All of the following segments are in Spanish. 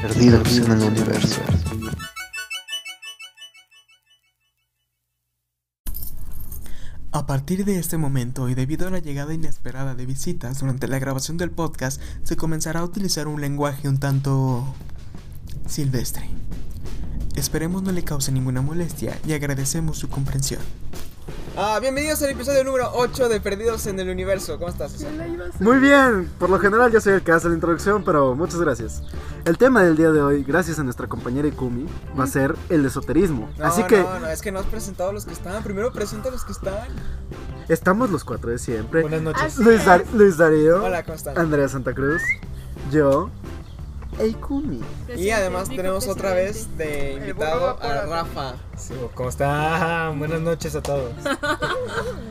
perdidos en el universo. A partir de este momento y debido a la llegada inesperada de visitas durante la grabación del podcast, se comenzará a utilizar un lenguaje un tanto silvestre. Esperemos no le cause ninguna molestia y agradecemos su comprensión. Ah, bienvenidos al episodio número 8 de Perdidos en el Universo. ¿Cómo estás? Susan? Muy bien, por lo general yo soy el que hace la introducción, pero muchas gracias. El tema del día de hoy, gracias a nuestra compañera Ikumi, va a ser el esoterismo. Mm. No, Así que No, no, es que no has presentado a los que están. Primero presenta a los que están. estamos los cuatro de siempre. Buenas noches. Así Luis, es. Dar- Luis Darío, Hola, ¿cómo están? Andrea Santa Cruz, yo e Ikumi. Y además Presente, tenemos presente. otra vez de invitado burro a vapor. Rafa. Sí, ¿Cómo están? Buenas noches a todos.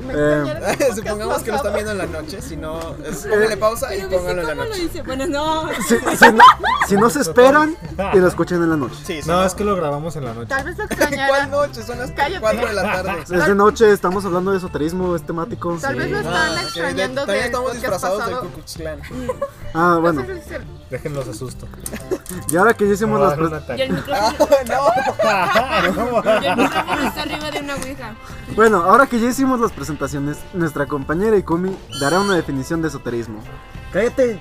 Me Eh, extrañaron en el podcast Supongamos que lo están pasado. viendo en la noche, si no, es- póngale pausa y Pero ¿viste póngalo en la cómo lo noche. dice? Bueno, no. Si, si no, si no se esperan y lo escuchan en la noche. Sí, sí. No, es que lo grabamos en la noche. Tal vez lo ¿Cuál extrañaron. noche? Son las Cállate. 4 de la tarde. Es de noche, estamos hablando de esoterismo, es temático. Tal vez lo No, estaban ok, extrañando todavía del estamos podcast disfrazados pasado. del Ku Klux Klan. Ah, bueno. Déjenlos asusto. Y ahora que ya hicimos Me las... va a dar un pres- Y el ataque. Ah, micrófono, y el micrófono está arriba de una ouija. Bueno, ahora que ya hicimos las presentaciones, nuestra compañera Ikumi dará una definición de esoterismo. ¡Cállate!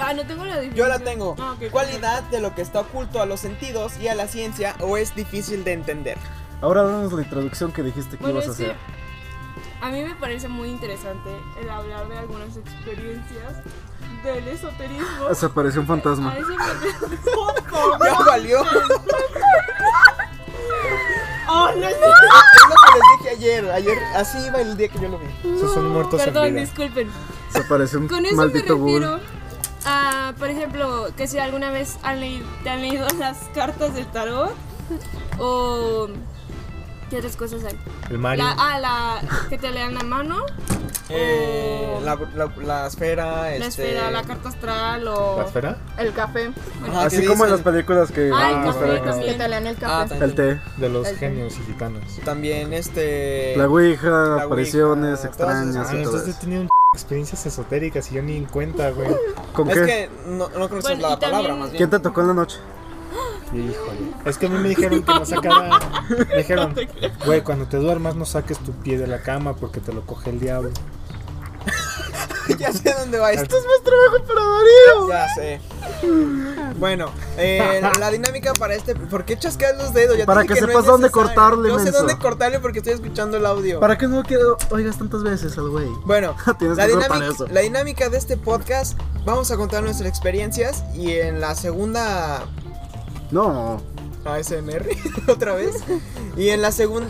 Ah, no tengo la definición. Yo la tengo. Ah, ok. Cualidad de lo que está oculto a los sentidos y a la ciencia o es difícil de entender. Ahora danos la introducción que dijiste que Bueno, ibas a es que hacer. a mí me parece muy interesante el hablar de algunas experiencias del esoterismo. Ah, Se apareció un fantasma. A eso me Ya valió. Es ¡Oh, no es lo que les dije ayer. Ayer así iba el día que yo lo vi. Esos son muertos en Perdón, vida. disculpen. Se apareció un Con eso maldito me ghoul. refiero a, por ejemplo, que si alguna vez han leído, te han leído las cartas del tarot o qué otras cosas hay. El Mario. La, ah, la que te lean la mano, Eh, la, la, la esfera. Oh. la este, esfera, la Ah, carta astral o ¿La esfera? el café. Bueno, Ajá, Así que como en las dicen- películas que... ah, el Ah, café bueno. también. Que te lean el Ah, El té, De los El- genios y gitanos. También este. Eh, la ouija, La apariciones ouija, extrañas todas Ah, y todo entonces eso. he tenido un experiencias esotéricas y yo ni en cuenta, güey. ¿Con Es qué? que no, no conoces Bueno, la y también- palabra, más bien. ¿Quién te tocó en la noche? Híjole. Es que a mí me dijeron que no sacara. Me dijeron, güey, cuando te duermas no saques tu pie de la cama porque te lo coge el diablo. ya sé dónde va esto. más trabajo para Darío! Ya sé. Bueno, eh, la dinámica para este. ¿Por qué chasqueas los dedos? Ya te Para dije que no sepas es dónde necesario. cortarle, Yo sé menso. dónde cortarle porque estoy escuchando el audio. ¿Para qué no quiero oigas tantas veces al güey? Bueno, Tienes la que ser para dinámica, eso. la dinámica de este podcast, vamos a contar nuestras experiencias y en la segunda No, ASMR otra vez y en la segunda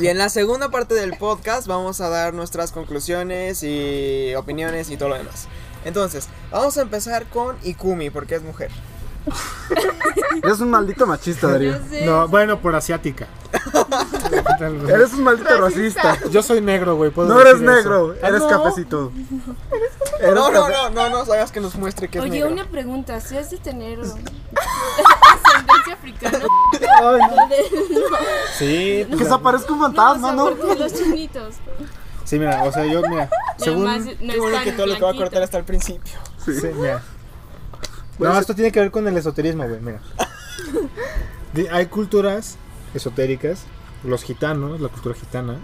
y en la segunda parte del podcast vamos a dar nuestras conclusiones y opiniones y todo lo demás. Entonces, vamos a empezar con Ikumi porque es mujer. eres un maldito machista, Darío. No, bueno, por asiática. Eres un maldito racista. Yo soy negro, güey. puedo No eres decir eso. negro, Ah, eres no. cafecito. Eres No, no, cafe- no, no, no hagas que nos muestre que es Oye, negro. una pregunta, si has de tener ascendencia africana, Ay, no. Sí, Que pues, se aparezca un Ah, no, o fantasma, sea, ¿no? porque los chinitos. sí, mira, o sea, yo, mira, según... Además, no Qué bueno están que todo lo que va a blanquitos. cortar hasta el principio. Sí, mira. No, esto tiene que ver con el esoterismo, güey, mira. Di- Hay culturas esotéricas, los gitanos, la cultura gitana,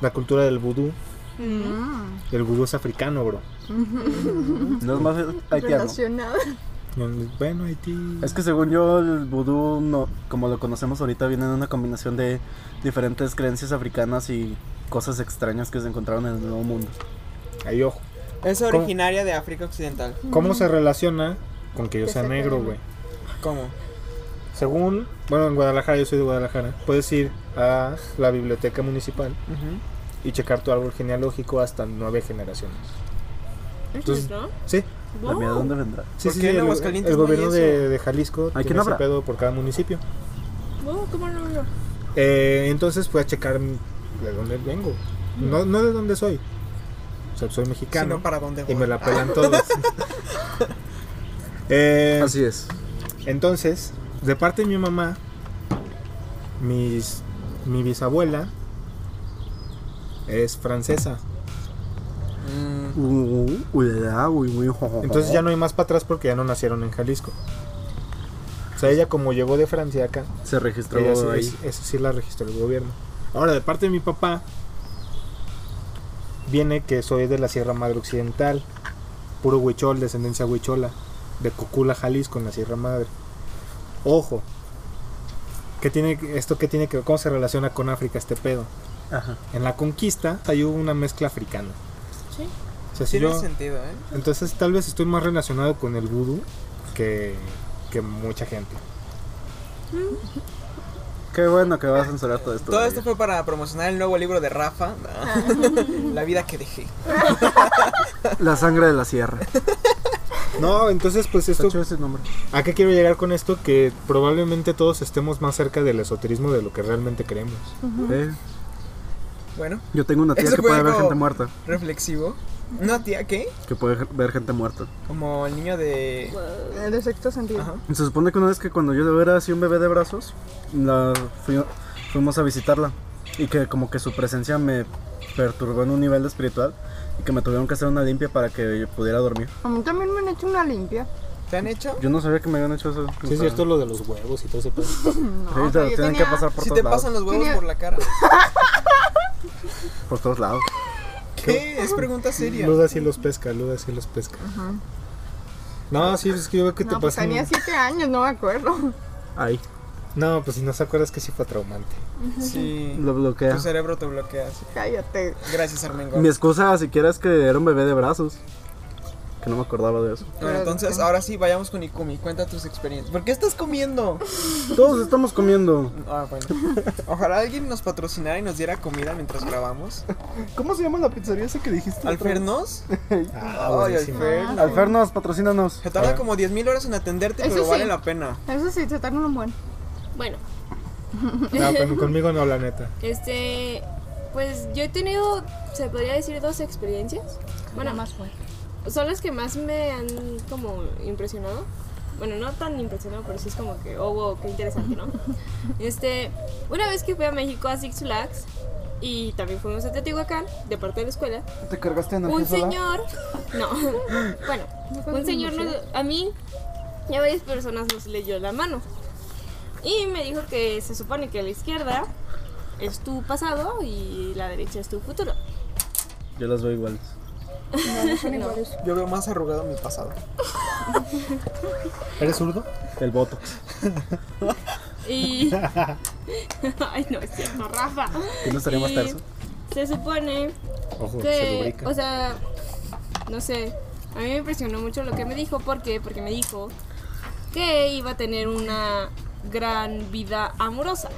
la cultura del vudú. El vudú es africano, bro. No es más haitiano. Bueno, Haití... Es que según yo, el vudú, no, como lo conocemos ahorita, viene de una combinación de diferentes creencias africanas y cosas extrañas que se encontraron en el Nuevo Mundo. Ahí, ojo. Es ¿Cómo? originaria de África Occidental. ¿Cómo se relaciona con que yo sea negro, güey? ¿Cómo? Según, bueno, en Guadalajara, yo soy de Guadalajara, puedes ir a la biblioteca municipal y checar tu árbol genealógico hasta nueve generaciones. Entonces, ¿No? Sí, ¿La mía de dónde vendrá? sí, ¿Por sí, qué en el, Aguascalientes el no hay gobierno eso? de, de Jalisco quién tiene ese habrá? pedo por cada municipio. No, ¿cómo no? no? Eh, entonces voy a checar de dónde vengo. No, no de dónde soy. O sea, soy Si mexicano no, ¿para dónde voy? y me la pelan todos. Eh, Así es. Entonces, de parte de mi mamá, mis, mi bisabuela es francesa. Mm, Uh, Entonces ya no hay más para atrás porque ya no nacieron en Jalisco. O sea, ella como llegó de Francia acá, se registró ella sí- ahí. es- eso sí la registró el gobierno. Ahora, de parte de mi papá, viene que soy de la Sierra Madre Occidental, puro huichol, descendencia huichola, de Cocula, Jalisco, en la Sierra Madre. Ojo, ¿qué tiene, ¿esto qué tiene que ver? ¿Cómo se relaciona con África este pedo? Ajá. En la conquista ahí hubo una mezcla africana. Sí. O sea, si Tiene Pues yo- sentido, ¿eh? entonces tal vez estoy más relacionado con el vudú que, que mucha gente. Qué bueno que va a censurar todo esto. Todo de esto ella. fue para promocionar el nuevo libro de Rafa, Ah. La vida que dejé. La sangre de la sierra. No, entonces pues Está esto... chido ese nombre. ¿A qué quiero llegar con esto? Que probablemente todos estemos más cerca del esoterismo de lo que realmente creemos. Eh, Bueno, yo tengo una tía Eso que fue puede ver como- gente muerta. reflexivo. ¿No, tía, qué? Que puede ver gente muerta. Como el niño de... Eh, De sexto sentido. Ajá. Se supone que una vez que cuando yo era así un bebé de brazos, la fui- fuimos a visitarla y que como que su presencia me perturbó en un nivel espiritual y que me tuvieron que hacer una limpia para que yo pudiera dormir. A mí también me han hecho una limpia. ¿Te han hecho? Yo no sabía que me habían hecho eso. Sí, es cierto lo de los huevos y todo ese pedo. No, Sí, o te sea, lo tienen yo tenía- que pasar por Si todos te lados. pasan los huevos Tenía- por la cara. Por todos lados. ¿Qué? Es pregunta seria. Luda sí los pesca, Luda sí los pesca. No, sí, es que yo veo que te No, pues pasan... tenía siete años, no me acuerdo. Ahí. No, pues si no te acuerdas que sí fue traumante. Sí. Lo bloquea. Tu cerebro te bloquea. sí. Cállate. Gracias, Armengo. Mi excusa siquiera es que era un bebé de brazos. Que no me acordaba de eso. Bueno, entonces, ahora sí, vayamos con Ikumi. Cuenta tus experiencias. ¿Por qué estás comiendo? Todos estamos comiendo. Ah, bueno. Ojalá alguien nos patrocinara y nos diera comida mientras grabamos. ¿Cómo se llama la pizzería esa que dijiste? ¿Alfernos? Ah, Ay, buenísimo. Alfernos. Alfernos, patrocínanos. Se tarda como 10.000 horas en atenderte, Eso pero sí. vale la pena. Eso sí, se tardan un buen. Bueno, No, con- conmigo no, la neta. este. Pues yo he tenido, se podría decir, dos experiencias. Bueno, más fue. son las que más me han como impresionado. Bueno, no tan impresionado, pero sí es como que, oh, wow, qué interesante, ¿no? Este, una vez que fui a México a Six Flags y también fuimos a Teotihuacán, de parte de la escuela, ¿Te cargaste en un señor, no, bueno, un señor nos- a mí y a varias personas nos leyó la mano y me dijo que se supone que la izquierda es tu pasado y la derecha es tu futuro. Yo las veo iguales. Yo veo más arrugado mi pasado. ¿Eres zurdo? El voto. Y. Ay, no, es cierto, Rafa. ¿Quién no estaría más Y terso? Se supone Ojo, se que. lubrica. O sea, no sé. A mí me impresionó mucho lo que me dijo. ¿Por qué? Porque me dijo que iba a tener una gran vida amorosa.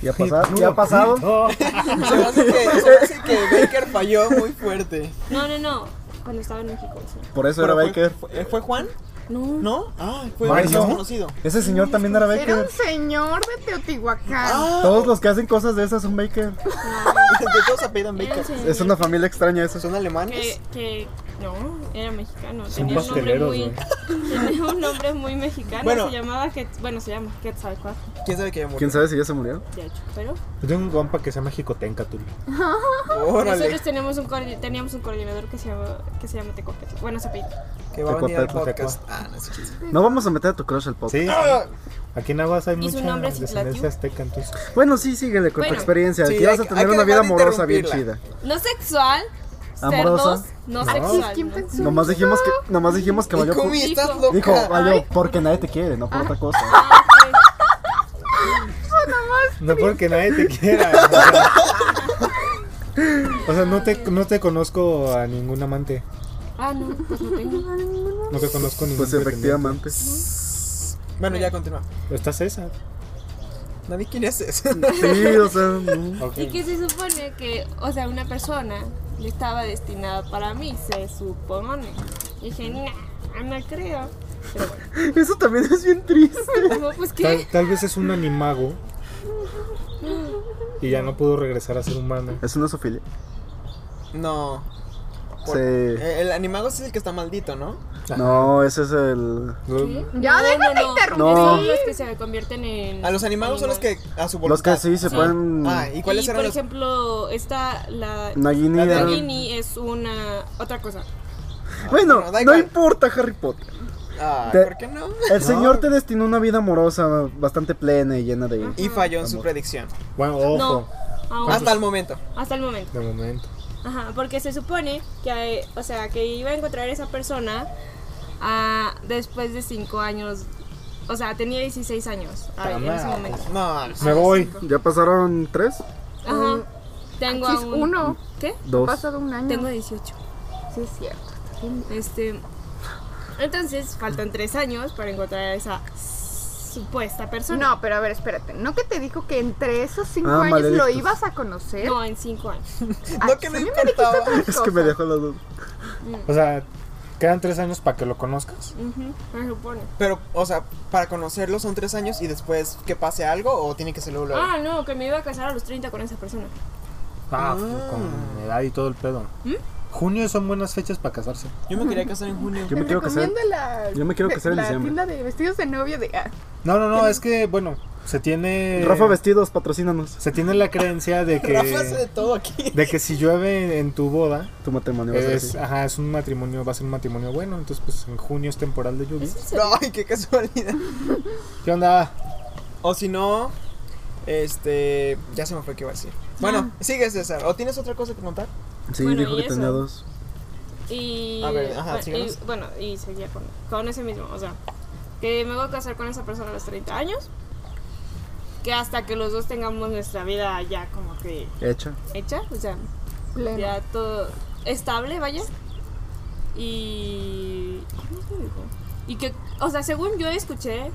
¿Ya, pasado? ¿Ya ha pasado? No. Se me hace que, se me hace que Baker falló muy fuerte. No, no, no. Cuando estaba en México. o sea. Por eso era Pero Baker. fue, eh, fue- ¿fue Juan? No. ¿No? Ah, fue Mario. un desconocido. Ese señor también era Era Baker. un señor de Teotihuacán. Todos los que hacen cosas de esas son Baker. Ah, De todos apellidan Era un Baker. señor Es una familia extraña eso. ¿Son alemanes? Que, que- No, era mexicano. Son Tenía un nombre pasteleros, muy. Tenía un nombre muy mexicano. Bueno. Se llamaba. Quet- Bueno, se llama Quetzalcoatl, ¿Quién sabe que ya murió? ¿Quién sabe si ya se murió? de hecho. Pero. Yo tengo un compa que se llama Jicotencatul. Nosotros Órale, teníamos un, coordi- teníamos un coordinador que se llama, que se llama Tecopetl. Bueno, se apellida. que va a venir al Tecua, tecua, podcast. Ah, no sé qué. No vamos a meter a tu crush al podcast. Sí. Aquí en Aguas hay Y su mucha nombre es descendencia Itlatiú. azteca, entonces. Bueno, sí, síguele con tu Bueno. experiencia. Sí, Aquí vas hay a que- tener hay que una vida dejar de amorosa bien interrumpirla. chida. No sexual, Amorosa. cerdos, no, No. sexual. ¿Quién no. pensó? Nomás dijimos que, nomás dijimos que valió por- Ikumi, estás Dijo- loca. Dijo, valió porque nadie te quiere, no por otra cosa. Ah, ok. No porque nadie te quiera. O sea, no te, no te conozco a ningún amante. Ah, no, pues no tengo. No te conozco a ningún Pues efectivamente. Bueno, ya continúa. pretendiente. Estás esa. Nadie quiere hacer eso. Sí, o sea, no. Ok. Y que se supone que, o sea, una persona estaba destinada para mí, se supone. Y dije, nah, no creo. Pero bueno, Eso también es bien triste. como, pues Tal, qué. tal vez es un animago. Y ya no pudo regresar a ser humano. Es una sofilia. No. Por- Sí. eh, El animago es el que está maldito, ¿no? No, ese es el. ¿Qué? Ya, déjate interrumpir. No. Son los que se convierten en. A los animagos son los que a su Los voluntad. que sí se pueden. Ah, ¿y ¿Y cuáles eran por los ejemplo, esta, la. Nagini La de era- Nagini es una. Otra cosa. Bueno, Bueno, da no igual. importa Harry Potter. Ah, Te- ¿por qué no? El señor te destinó una vida amorosa bastante plena y llena de. Y falló en su predicción. Bueno, ojo. No. Aún. Hasta el momento. Hasta el momento. De momento. Ajá, porque se supone que, eh, o sea, que iba a encontrar esa persona ah, después de 5 años. O sea, tenía 16 años ah, en ese momento. No, Ah, Me voy. ¿Ya pasaron tres? Ajá. Tengo Chis, aún- uno. ¿Qué? Dos. Pasado un año. Tengo 18. Sí, es cierto. Este. Entonces, faltan 3 años para encontrar a esa supuesta persona. No, pero a ver, espérate. ¿No que te dijo que entre esos cinco Ah, años lo maledictos. ibas a conocer? No, en 5 años. Ah, No, que no a mí me dijiste importaba. otras Es que me cosas. dejó la duda. O sea, quedan tres años para que lo conozcas. Ujú, se supone. Pero, o sea, para conocerlo son tres años y después que pase algo o tiene que ser luego. luego? Ah, no, que me iba a casar a los 30 con esa persona. Ah, con edad y todo el pedo. ¿Mm? Junio son buenas fechas para casarse. Yo me quería casar en junio. Yo me quiero casar. Recomienda la- yo me quiero casar en la diciembre. tienda de vestidos de novia de... ah, No, no, no, es que, bueno, se tiene. Rafa Vestidos, patrocínanos. Se tiene la creencia de Rafa hace de que. todo aquí. De que si llueve en tu boda, Tu matrimonio va a ser es, así. ajá, es un matrimonio, va a ser un matrimonio bueno. Entonces, pues en junio es temporal de lluvia. No, ay, qué casualidad. ¿Qué onda? O si no, este. Ya se me fue que iba a decir. Bueno, sigue César. ¿O tienes otra cosa que contar? Sí, Bueno, dijo y que eso. tenía dos. Y, A ver, ajá, bueno, síganos. y, bueno, y seguía con, con ese mismo, o sea, que me voy a casar con esa persona a los 30 años, que hasta que los dos tengamos nuestra vida ya como que Hecha. hecha, o sea, plena. ya todo estable, vaya. Y... ¿Cómo se dijo? Y que, o sea, según yo escuché,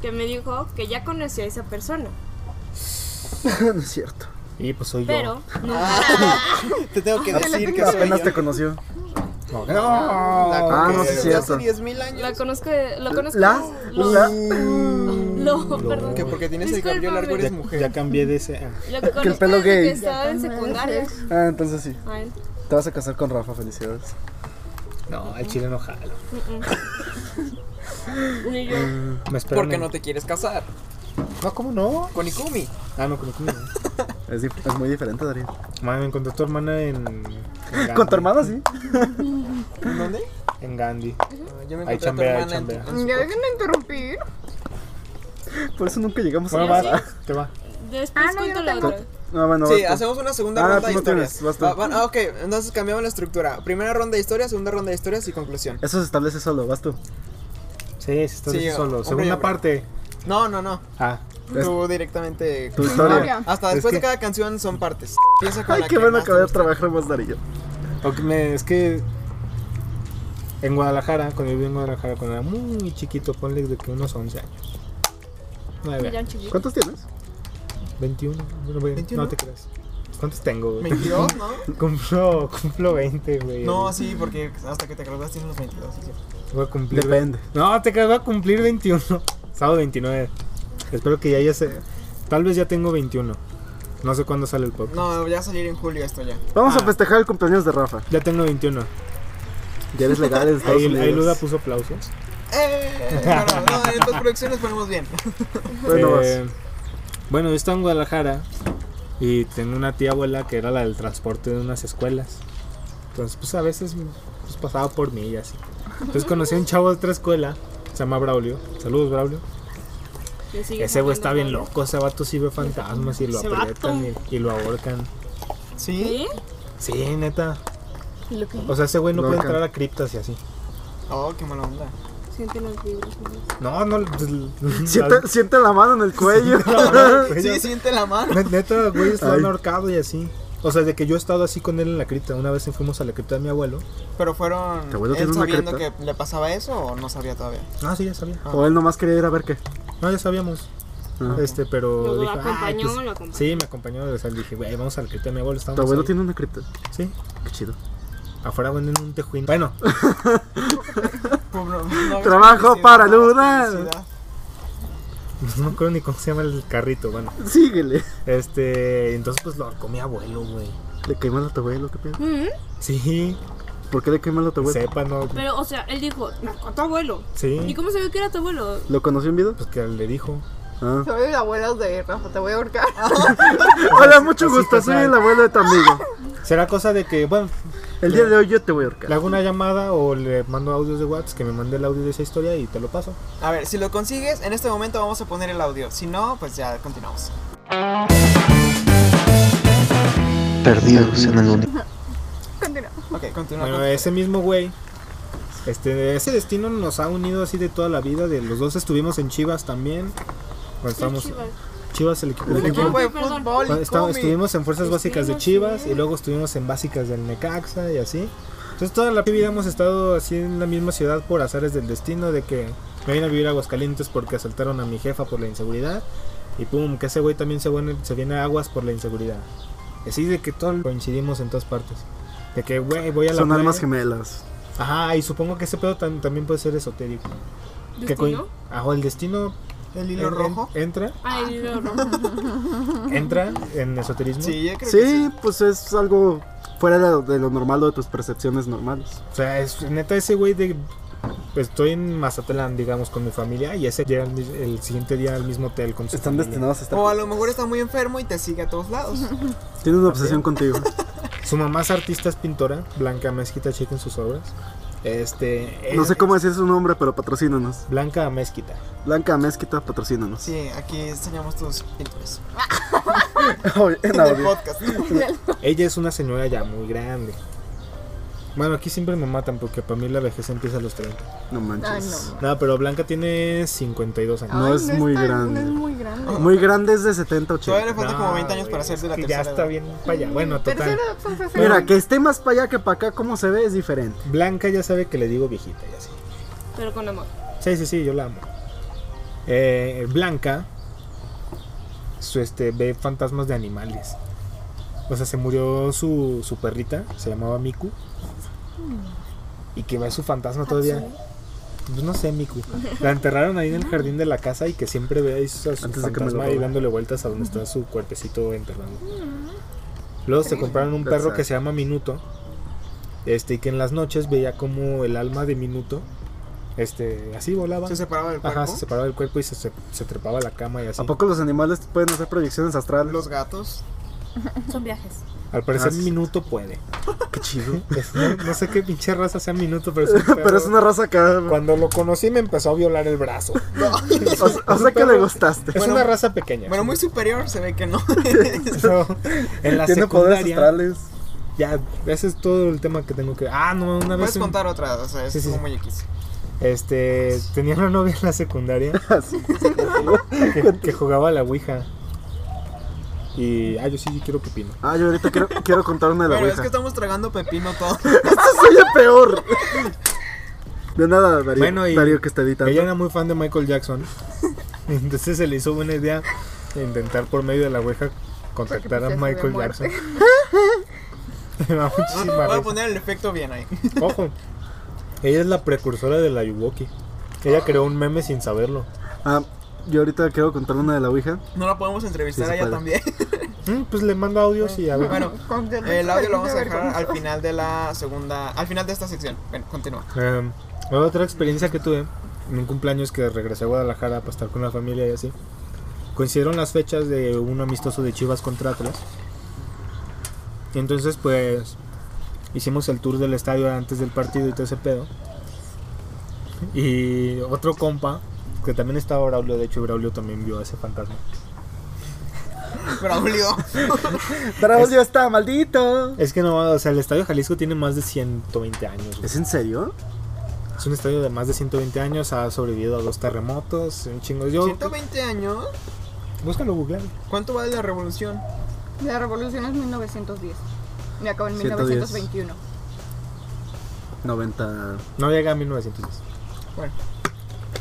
que me dijo que ya conoció a esa persona, no es cierto. Y pues soy pero... yo. no- Te tengo que Ah, te la decir tengo que que soy Apenas yo. te conoció. No, La Ah, no, conocí sí es desde cierto. Hace 10 mil La años. conozco, lo conozco. La, lo- la- lo- perdón. Que porque tienes el cabello largo eres Discúlpame. mujer. Ya, ya cambié de ese. ah. Lo que Que el pelo conozco desde gay. que estaba en secundaria. Ah, entonces sí. Ay, Te vas a casar con Rafa, felicidades. No, el chile no jalo. ni yo. Me espero. Porque no te quieres casar. No, ¿cómo no? Con Ikumi. Ah, no, con conmigo. no. Es, dif- es muy diferente, Darío. Madre, me encontré a tu hermana en. en Con tu Gandhi. hermana, sí. ¿En dónde? En Gandhi. Ah, Yo me encontré a Ahí tu chambea, ahí hermana en tu- chambea. Ya dejen de interrumpir. Por eso nunca llegamos Bueno, a casar. vas, te va. Después Ah, no, cuento yo la tengo- otra. Ah, bueno, Sí, vas tú. hacemos una segunda Ah, ronda de tú no tienes, historias. vas tú. Va- va- ah, ok, entonces cambiamos la estructura. Primera ronda de historias, segunda ronda de historias y conclusión. Eso se establece solo, vas tú. Sí, si estás Sí, solo. hombre, Segunda hombre. parte. No, no, no. Ah, Es- Tú directamente. Tu historia. Gloria. Hasta Es después de que- cada canción son partes. Piensa con Ay, la qué que bueno más que te vaya a guste. trabajar más, Darío. ok, me- es que. En Guadalajara, cuando yo viví en Guadalajara, cuando era muy chiquito, ponle de que unos 11 años. 9 Ya años. un chiquito. ¿Cuántos tienes? 21. bueno, güey, ¿21? No te creas. ¿Cuántos tengo, güey? 22, ¿no? Cumplo, cumplo 20, güey. No, sí, porque hasta que te graduas tienes los 22. sí, sí. Voy a cumplir. Depende. No, te quedas, voy a cumplir 21. Sábado 29. Espero que ya ya se. Tal vez ya tengo 21. No sé cuándo sale el podcast. No, voy a salir en julio esto ya. Vamos a Ah. festejar el cumpleaños de Rafa. Ya tengo 21. Ya eres legal en Estados Ahí, Unidos. ahí pues, Luda puso aplausos. ¡Eh! Bueno, no, en tus proyecciones ponemos bien. Bueno, vas. Eh, bueno, yo estaba en Guadalajara y tengo una tía abuela que era la del transporte de unas escuelas. Entonces, pues a veces pues, pasaba por mí y así. Entonces conocí a un chavo de otra escuela, se llama Braulio. Saludos, Braulio. Le sigue Ese güey sacando está bien todo. loco, ese vato sí ve fantasmas y lo Ese aprietan y, y lo ahorcan. ¿Sí? ¿Sí? Sí, neta. ¿Y lo que O sea, ese güey no Lo puede ahorcan. entrar a criptas y así. Oh, qué mala onda. siente los vibros? No, no. pues, Siente, siente la mano en el cuello. Sí, siente la mano. Ne- Neta, güey, está Ay. ahorcado y así. O sea, de que yo he estado así con él en la cripta. Una vez fuimos a la cripta de mi abuelo. Pero fueron. Tu abuelo él tiene una sabiendo cripta. que le pasaba eso o no sabía todavía? Ah, sí, ya sabía. o él nomás quería ir a ver qué. No, ya sabíamos. Ah. Este, pero. Luego lo dije, "Ay, acompañó, pues-". lo acompañó. Sí, me acompañó. O sea, dije, güey, vamos a la cripta de mi abuelo. Tu estábamos abuelo ahí. tiene una cripta. Sí. Qué chido. Afuera venden un tejuino. Bueno, Pobre- no, Trabajo felicidad, para no, Luda. felicidad. no me acuerdo ni cómo se llama el carrito. Bueno, Síguele. este. Entonces, pues lo ahorcó mi abuelo, güey. Mm. Le quemó a tu abuelo, qué pedo. Sí. ¿Por qué de qué malo te voy? Sepa, no. Pero, o sea, él dijo, mató a tu abuelo. ¿Y Sí. cómo sabía que era tu abuelo? ¿Lo conocí en video? Pues que le dijo. Ah. Soy el abuelo de Rafa, te voy a ahorcar. Ah. Hola, mucho así gusto, que soy sea. el abuelo de tu amigo. Será cosa de que, bueno, El día de hoy yo te voy a le ahorcar. hago una llamada o le mando audios de WhatsApp que me mande el audio de esa historia y te lo paso. A ver, si lo consigues, en este momento vamos a poner el audio. Si no, pues ya continuamos. Perdidos en el universo. Continúa. Ok, continúa. Bueno, con- ese mismo güey. Este, ese destino nos ha unido así de toda la vida. De los dos estuvimos en Chivas también. Cuando estábamos Chivas. Chivas el equipo de El fútbol. equipo de perdón. fútbol Cuando y está- cómic. estuvimos en fuerzas básicas de Estuvimos Chivas en- y luego estuvimos en básicas del Necaxa y así. Entonces toda la vida hemos estado así en la misma ciudad por azares del destino de que me vine a vivir a Aguascalientes porque asaltaron a mi jefa por la inseguridad y pum, que ese güey también se, viene- se viene a Aguas por la inseguridad. Así de que todos coincidimos en todas partes. De que, güey, voy a la Son playa. almas gemelas. Ajá, y supongo que ese pedo tam- también puede ser esotérico. Que ¿Destino? coin- Ajá, el destino El hilo en- en- rojo. entra, Ah, el hilo rojo. entra en esoterismo. Sí, yo creo que sí. Sí, pues es algo fuera de lo, de lo normal o de tus percepciones normales. O sea, es, neta, ese güey de. pues, estoy en Mazatlán, digamos, con mi familia. Y ese llega al mis- el, siguiente día al mismo hotel con su Están familia. destinados a estar. O a lo mejor está muy enfermo y te sigue a todos lados. Tienen una obsesión contigo. Su mamá es artista, es pintora. Blanca Mezquita, chequen sus obras. Este. No es- sé cómo decir su nombre, pero patrocínanos. Blanca Mezquita. Blanca Mezquita, patrocínanos. Sí, aquí enseñamos tus pinturas. en Del audio. podcast. Ella es una señora ya muy grande. Bueno, aquí siempre me matan porque para mí la vejez empieza a los 30. No Ay, no. manches. Nada, pero Blanca tiene 52 años. No Ay, es muy tan- grande. No es muy grande. Muy grande es de 70, Todavía 80. le falta como 20 años güey, para ser de es la que tercera Ya está edad. bien para allá. Bueno, total. Tercera, pues, es- Mira, que esté más para allá que para acá, cómo se ve es diferente. Blanca ya sabe que le digo viejita y así. Pero con amor. Sí, sí, sí, yo la amo. Eh, Blanca su, este, ve fantasmas de animales. O sea, se murió su, su perrita, se llamaba Miku. Y que ve su fantasma todavía. Pues no sé, Miku. La enterraron ahí en el jardín de la casa y que siempre ve ahí su, a su Antes de que me lo fantasma ahí robe. dándole vueltas a donde está su cuerpecito enterrado. Luego se compraron un That's perro que sad. se llama Minuto. Este, y que en las noches veía como el alma de Minuto. Este, así volaba. Se separaba del cuerpo. Ajá, se separaba del cuerpo y se, se, se trepaba a la cama y así. ¿A poco los animales pueden hacer proyecciones astrales? Los gatos. Son viajes. Al parecer, Ah, sí. minuto puede. Qué chido. Es- no, no sé qué pinche raza sea minuto, pero es un perro. Pero es una raza que... Cuando lo conocí, me empezó a violar el brazo. O, sea- o sea que le gustaste. Es Bueno, una raza pequeña. Bueno, muy superior se ve que no. Pero en la Tiene poderes secundaria. astrales. Ya, ese es todo el tema que tengo que. Ah, no, una vez. Puedes un- contar otra, o sea, es Sí, sí, como sí. muy X. Este. Tenía una novia en la secundaria que, que jugaba a la Ouija. Y. Ah, yo sí quiero que pino. Ah, yo ahorita quiero, quiero contar una de la Pero es Ouija. que estamos tragando pepino todo. Esto se oye peor. De nada, Darío, Bueno, y Darío que está editando. Ella era muy fan de Michael Jackson. Entonces se le hizo buena idea intentar por medio de la Ouija contactar a Porque, pues, ya se Michael había Jackson. Me da muchísima Voy a risa. poner el efecto bien ahí. Ojo, ella es la precursora de la Yuwoki. Ah. Ella creó un meme sin saberlo. Ah, yo ahorita quiero contar una de la Ouija. No la podemos entrevistar Sí, se a ella puede. también. Mm, pues le mando audios y a ver. Bueno, Con- Eh, el audio lo vamos a dejar al final de la segunda. Al final de esta sección. Bueno, continúa. Em, otra experiencia que tuve en un cumpleaños que regresé a Guadalajara para estar con la familia y así. Coincidieron las fechas de un amistoso de Chivas contra Atlas. Y entonces pues hicimos el tour del estadio antes del partido y todo ese pedo. Y otro compa, que también estaba Braulio, de hecho Braulio también vio a ese fantasma. Pero Julio, Braulio está maldito. Es que no, o sea, el Estadio Jalisco tiene más de 120 años. güey. ¿Es en serio? Es un estadio de más de 120 años, ha sobrevivido a dos terremotos, un chingo. Yo, 120 años. búscalo, googlealo. ¿Cuánto vale la revolución? La revolución es 1910. Me acabo en 110. 1921. 90. No llega a 1910. Bueno.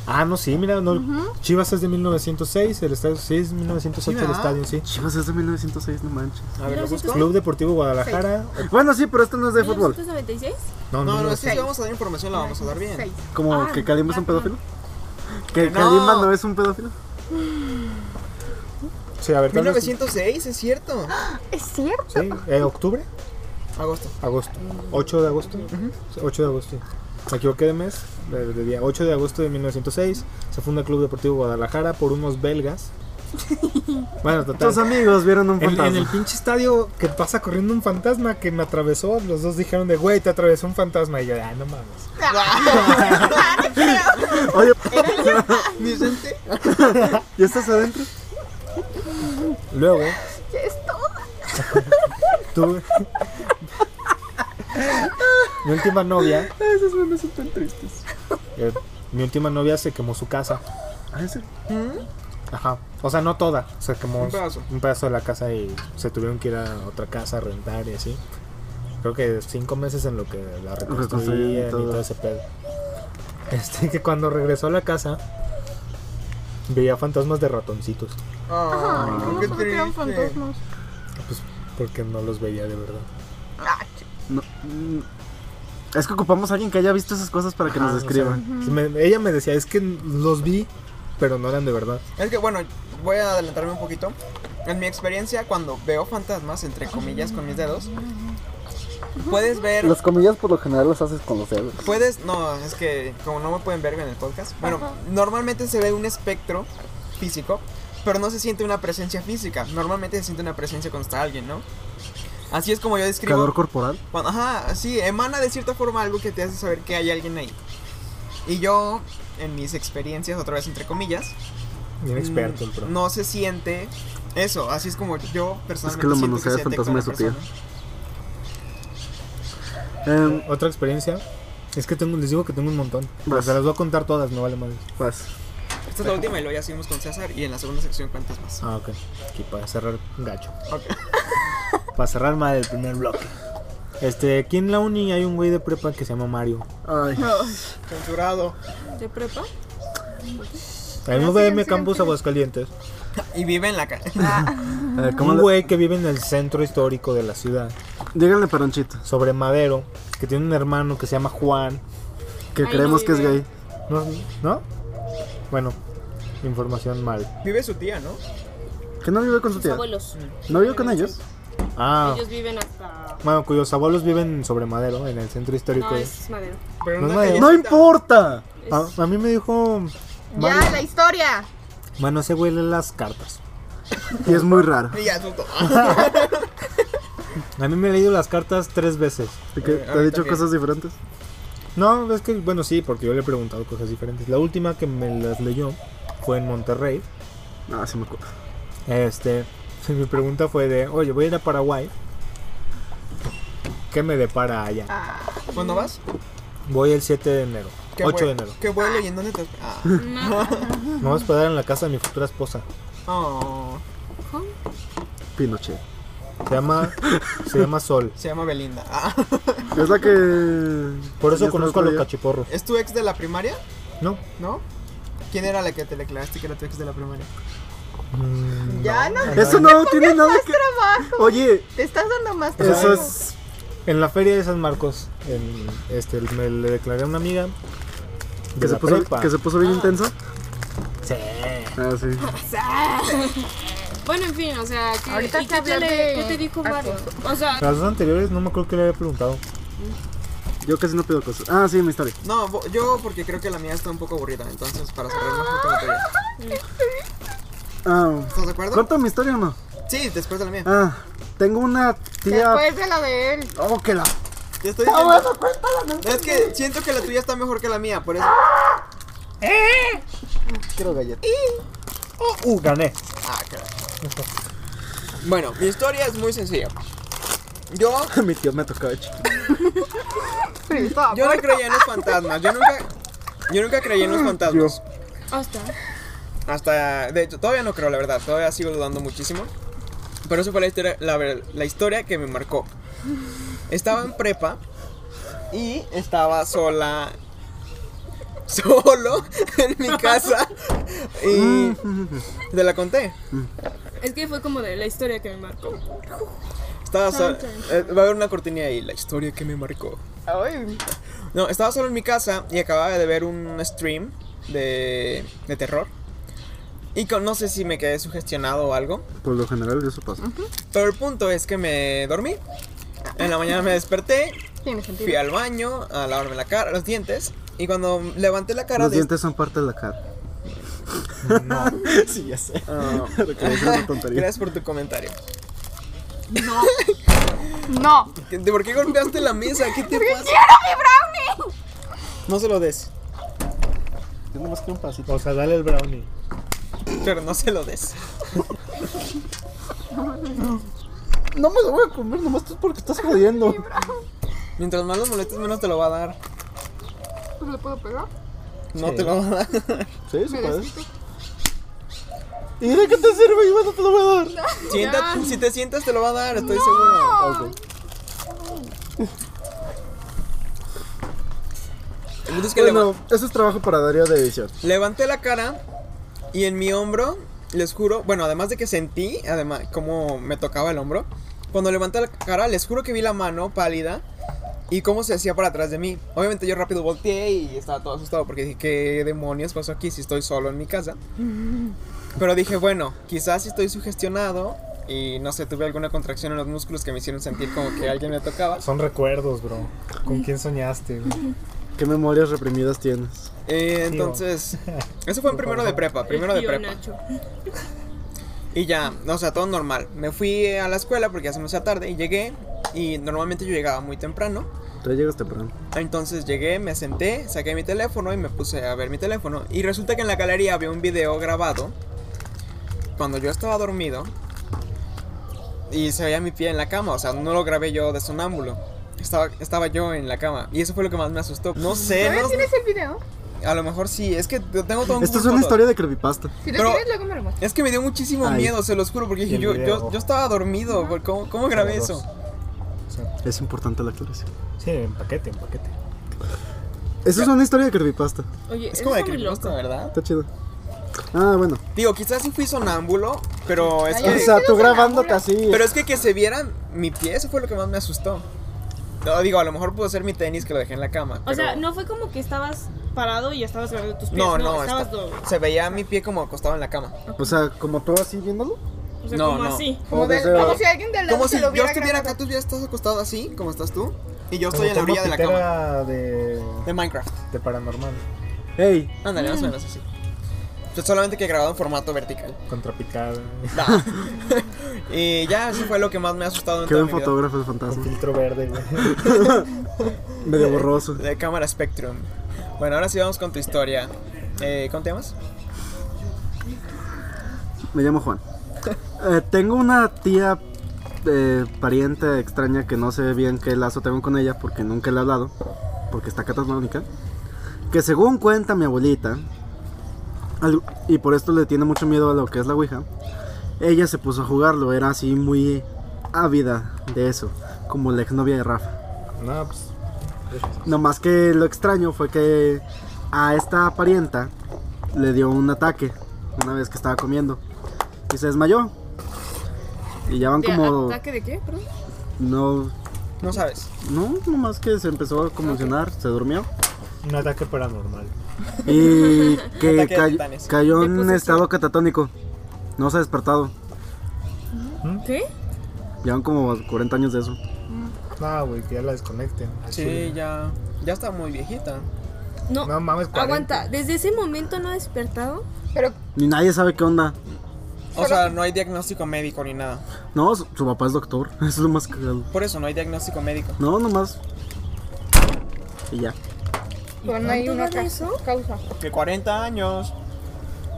Ah, no, sí, mira, no, Chivas es de 1906, el estadio sí es 1908 Sí, el ¿verdad? estadio, sí. Chivas, es de 1906, no manches. A ver, lo busco. Club Deportivo Guadalajara. eh, Bueno, sí, pero esto no es de fútbol. ¿1996? No, No, no, no, no. si vamos a dar información, la vamos a dar bien. Seis. Como Ah, que Kalimba es un ya, no. pedófilo. ¿Que No. Kalimba no es un pedófilo? Sí, a ver, ¿cuál es? 1906, es cierto. Es cierto. Sí, eh, octubre. Agosto. Agosto. 8 de agosto. 8 de agosto. Me equivoqué de mes, de, de día. 8 de agosto de 1906 se funda el Club Deportivo Guadalajara por unos belgas. Bueno, total. Tus amigos vieron un En, fantasma. en el pinche estadio que pasa corriendo un fantasma que me atravesó, los dos dijeron de, güey, te atravesó un fantasma. Y yo, ah, no mames. Oye, Vicente. ¿ya estás adentro? Luego, ¿Qué es todo? tuve... mi última novia... Esas memes son tan tristes. eh, mi última novia se quemó su casa. Ah, ese. Ajá. O sea, no toda. Se quemó Un pedazo. un pedazo de la casa y se tuvieron que ir a otra casa a rentar y así. Creo que cinco meses en lo que la reconstruían Reconstruían y todo. todo ese pedo. Este, que cuando regresó a la casa, veía fantasmas de ratoncitos. Ay, ¿cómo qué se que eran triste. fantasmas? Pues porque no los veía de verdad. Ay, No, mm, es que ocupamos a alguien que haya visto esas cosas para que Ah, Ajá, nos Ah, o sea, describan. me- ella me decía, es que los vi, pero no eran de verdad. Es que bueno, voy a adelantarme un poquito. En mi experiencia, cuando veo fantasmas, entre comillas, con mis dedos, puedes ver. Las comillas por lo general las haces con los dedos. Puedes. No, es que como no me pueden ver en el podcast. Bueno, normalmente se ve un espectro físico, pero no se siente una presencia física. Normalmente se siente una presencia cuando está alguien, ¿no? Así es como yo describo. Calor corporal. Cuando- ajá, sí, emana de cierta forma algo que te hace saber que hay alguien ahí. Y yo, en mis experiencias, otra vez entre comillas, Bien experto mm, el pro. no se siente eso. Así es como yo personalmente Es que lo siento que manosea se el siente fantasma con de la su tía. persona. Em, Otra experiencia es que tengo, les digo que tengo un montón. Pero Vas. se las voy a contar todas, me vale madre. pues, Esta es la última y luego ya seguimos con César y en la segunda sección cuentas más. Ah, ok. Aquí para cerrar gacho. Ok. Para cerrar mal el primer bloque. Este, aquí en la uni hay un güey de prepa que se llama Mario. ay, Censurado. ¿De prepa? Ah, En UVM Campus Aguascalientes. Y vive en la calle. a ver, eh, ¿cómo Un le- güey que vive en el centro histórico de la ciudad, Díganle peronchito, sobre Madero, que tiene un hermano que se llama Juan. que Ahí no creemos que es vive. gay. ¿No? ¿No? Bueno, información mal. Vive su tía, ¿no? Que no vive con su Sus tía. abuelos. ¿No vive con ellos? Ah, Ellos viven hasta. bueno, cuyos abuelos viven sobre Madero, en el centro histórico. No, es madero. Pero No, en una no, calle- ¡No importa! Es- A, a mí me dijo. Ya, la historia. Bueno, ese güey lee las cartas. Y es muy raro. Y ya, Ah, susto. A mí me he leído las cartas tres veces. ¿Te, que- Eh, te ha ahorita dicho que- cosas diferentes? No, es que, bueno, sí, porque yo le he preguntado cosas diferentes. La última que me las leyó fue en Monterrey. Ah, sí me acuerdo. Este, mi pregunta fue de, oye, voy a ir a Paraguay. ¿Qué me depara allá? ¿Cuándo vas? Voy el 7 de enero, ¿Qué 8 de vuelo- enero. ¿Qué vuelo y en dónde te Ah. Me voy a hospedar en la casa de mi futura esposa. Oh, Pinochet. Se llama, se llama Sol. se llama Belinda. Ah. Es la que... Por eso Ya conozco está a los el otro cachiporros. ¿Es tu ex de la primaria? No. ¿No? ¿Quién era la que te declaraste que era tu ex de la primaria? Mm, Ya no. día. Eso no tiene nada que... Oye, Te estás dando más tiempo. Eso eso es- es... En la feria de San Marcos, en, este, me le declaré a una amiga. De Que se, la puso, prepa. que se puso bien intensa. Sí. Ah, sí. Bueno, en fin, o sea, ¿qué, Ahorita ¿y hay que qué, te hablar le- de qué te dijo Mario? O sea, Las dos anteriores no me acuerdo que le había preguntado. Yo casi no pido cosas. Ah, sí, mi historia. No, bo- yo porque creo que la mía está un poco aburrida, entonces para cerrar más con la teoría. Ah, ¿Estás de acuerdo? ¿Cuánto mi historia o no? Sí, después de la mía. Ah, tengo una tía... Después de la de él. Oh, que la... Te estoy diciendo. es que siento que la tuya está mejor que la mía, por eso. ¡Eh, Quiero galletas. Uh, gané. Ah, caray. Bueno, mi historia es muy sencilla. Yo, mi tío me tocaba chiquito. yo no creía en los fantasmas. Yo nunca, yo nunca creí en los fantasmas. hasta. Hasta, de hecho, todavía no creo, la verdad, todavía sigo dudando muchísimo. Pero eso fue la historia, la, ver- la historia que me marcó. Estaba en prepa y estaba sola, solo en mi casa. Y te la conté. Es que fue como de la historia que me marcó. Estaba sola. va a haber una cortina ahí, la historia que me marcó. Ay, No, estaba solo en mi casa y acababa de ver un stream de, de terror. Y con- no sé si me quedé sugestionado o algo. Por lo general eso pasa. Pero el punto es que me dormí. En la mañana me desperté, Tiene fui sentido. al baño a lavarme la cara, los dientes. Y cuando levanté la cara, Los de- dientes son parte de la cara. Sí, ya sé. Ah, es una tontería. gracias por tu comentario. No. No. ¿Qué- ¿De por qué golpeaste la mesa? ¿Qué te pasa? ¡Quiero mi brownie! No se lo des, Yo nomás quiero un pasito. O sea, dale el brownie. pero no se lo des. No me lo voy a comer, nomás tú porque estás jodiendo. Mientras más los molestes, menos te lo va a dar. Pues le puedo pegar. No te lo va a dar. Sí, sí, Me puedes. desquito. ¿Y de qué te sirve? Yo no te lo voy a dar. Sienta- si te sientas, te lo va a dar, estoy seguro. Ok. El punto es que Bueno, eso es trabajo para Darío de edición. leva- levanté la cara y en mi hombro, les juro, bueno, además de que sentí, además, cómo me tocaba el hombro, cuando levanté la cara, les juro que vi la mano pálida y cómo se hacía para atrás de mí. Obviamente yo rápido volteé y estaba todo asustado porque dije, ¿qué demonios pasó aquí si estoy solo en mi casa? Pero dije, bueno, quizás estoy sugestionado y no sé, tuve alguna contracción en los músculos que me hicieron sentir como que alguien me tocaba. Son recuerdos, bro. ¿Con quién soñaste? güey? ¿Qué memorias reprimidas tienes? Eh, entonces, eso fue en primero de prepa, primero de Tío prepa. Nacho. Y ya, o sea, todo normal. Me fui a la escuela porque ya se me hacía tarde y llegué. Y normalmente yo llegaba muy temprano. Tú ya llegas temprano. Entonces llegué, me senté, saqué mi teléfono y me puse a ver mi teléfono. Y resulta que en la galería había un video grabado cuando yo estaba dormido. Y se veía mi pie en la cama, o sea, no lo grabé yo de sonámbulo. Estaba, estaba yo en la cama. Y eso fue lo que más me asustó. No sé, ¿Todavía no- tienes el video? a lo mejor sí, es que tengo todo un Esto es culto. una historia de creepypasta. Si lo Pero- tienes, luego me lo muestras. Es que me dio muchísimo Ay. miedo, se los juro, porque dije, el yo, video. yo, yo estaba dormido, güey, ¿cómo, cómo grabé Los eso? dos. O sea, Es importante la aclaración. sí, en paquete, en paquete. Eso es una historia de creepypasta. Oye, Es eso como de está muy loco. creepypasta, ¿verdad? Está chido. Ah, bueno. Digo, quizás sí fui sonámbulo, pero es Ay, O que... ay. sea, tú grabándote así. Pero es que que se vieran mi pie, eso fue lo que más me asustó. No, digo, a lo mejor pudo ser mi tenis que lo dejé en la cama. O sea, pero- no fue como que estabas parado y estabas grabando tus pies. No, no, estabas está- do- se veía mi pie como acostado en la cama. O sea, como tú ¿Así así. viéndolo? o sea, No, como no. así. Como, de- desde- como si alguien del lado Como se si lo yo viera estuviera acá, grabando. tú ya estás acostado así, como estás tú, y yo Como estoy en la forma orilla de la cama. pitera De, De Minecraft. de paranormal, Hey, Ándale, más o menos así. Pues solamente que grabado en formato vertical. contrapicada, No. y ya, eso fue lo que más me ha asustado en qué toda buen mi vida. fotógrafo el con fantasma. filtro verde, güey. Medio borroso. De cámara Spectrum. Bueno, ahora sí vamos con tu historia. Eh, ¿Cómo te llamas? Me llamo Juan. Eh, tengo una tía eh, pariente extraña que no sé bien qué lazo tengo con ella porque nunca le he hablado, porque está catatónica. Que según cuenta mi abuelita, al- y por esto le tiene mucho miedo a lo que es la Ouija, ella se puso a jugarlo, era así muy ávida de eso, como la exnovia de Rafa. No, pues. Nomás que lo extraño fue que a esta parienta le dio un ataque una vez que estaba comiendo y se desmayó. Y ya van ¿De como. ataque de qué? Perdón. No, No sabes. no, nomás que se empezó a convulsionar, se durmió. Un ataque paranormal. Y que Ataque de ca- titanes. cayó en De un posesión. estado catatónico. No se ha despertado. ¿Qué? Llevan como 40 años de eso. No, güey, que ya la desconecten. al Sí, chile. ya. Ya está muy viejita. No, No mames, 40. aguanta. ¿Desde ese momento no ha despertado? Pero Ni nadie sabe qué onda. O sea, no hay diagnóstico médico ni nada. No, su, su papá es doctor. Eso es lo más cagado. Por eso no hay diagnóstico médico. No, nomás. Y ya. pero no hay cuánto una vale ca- eso? causa. Que 40 años.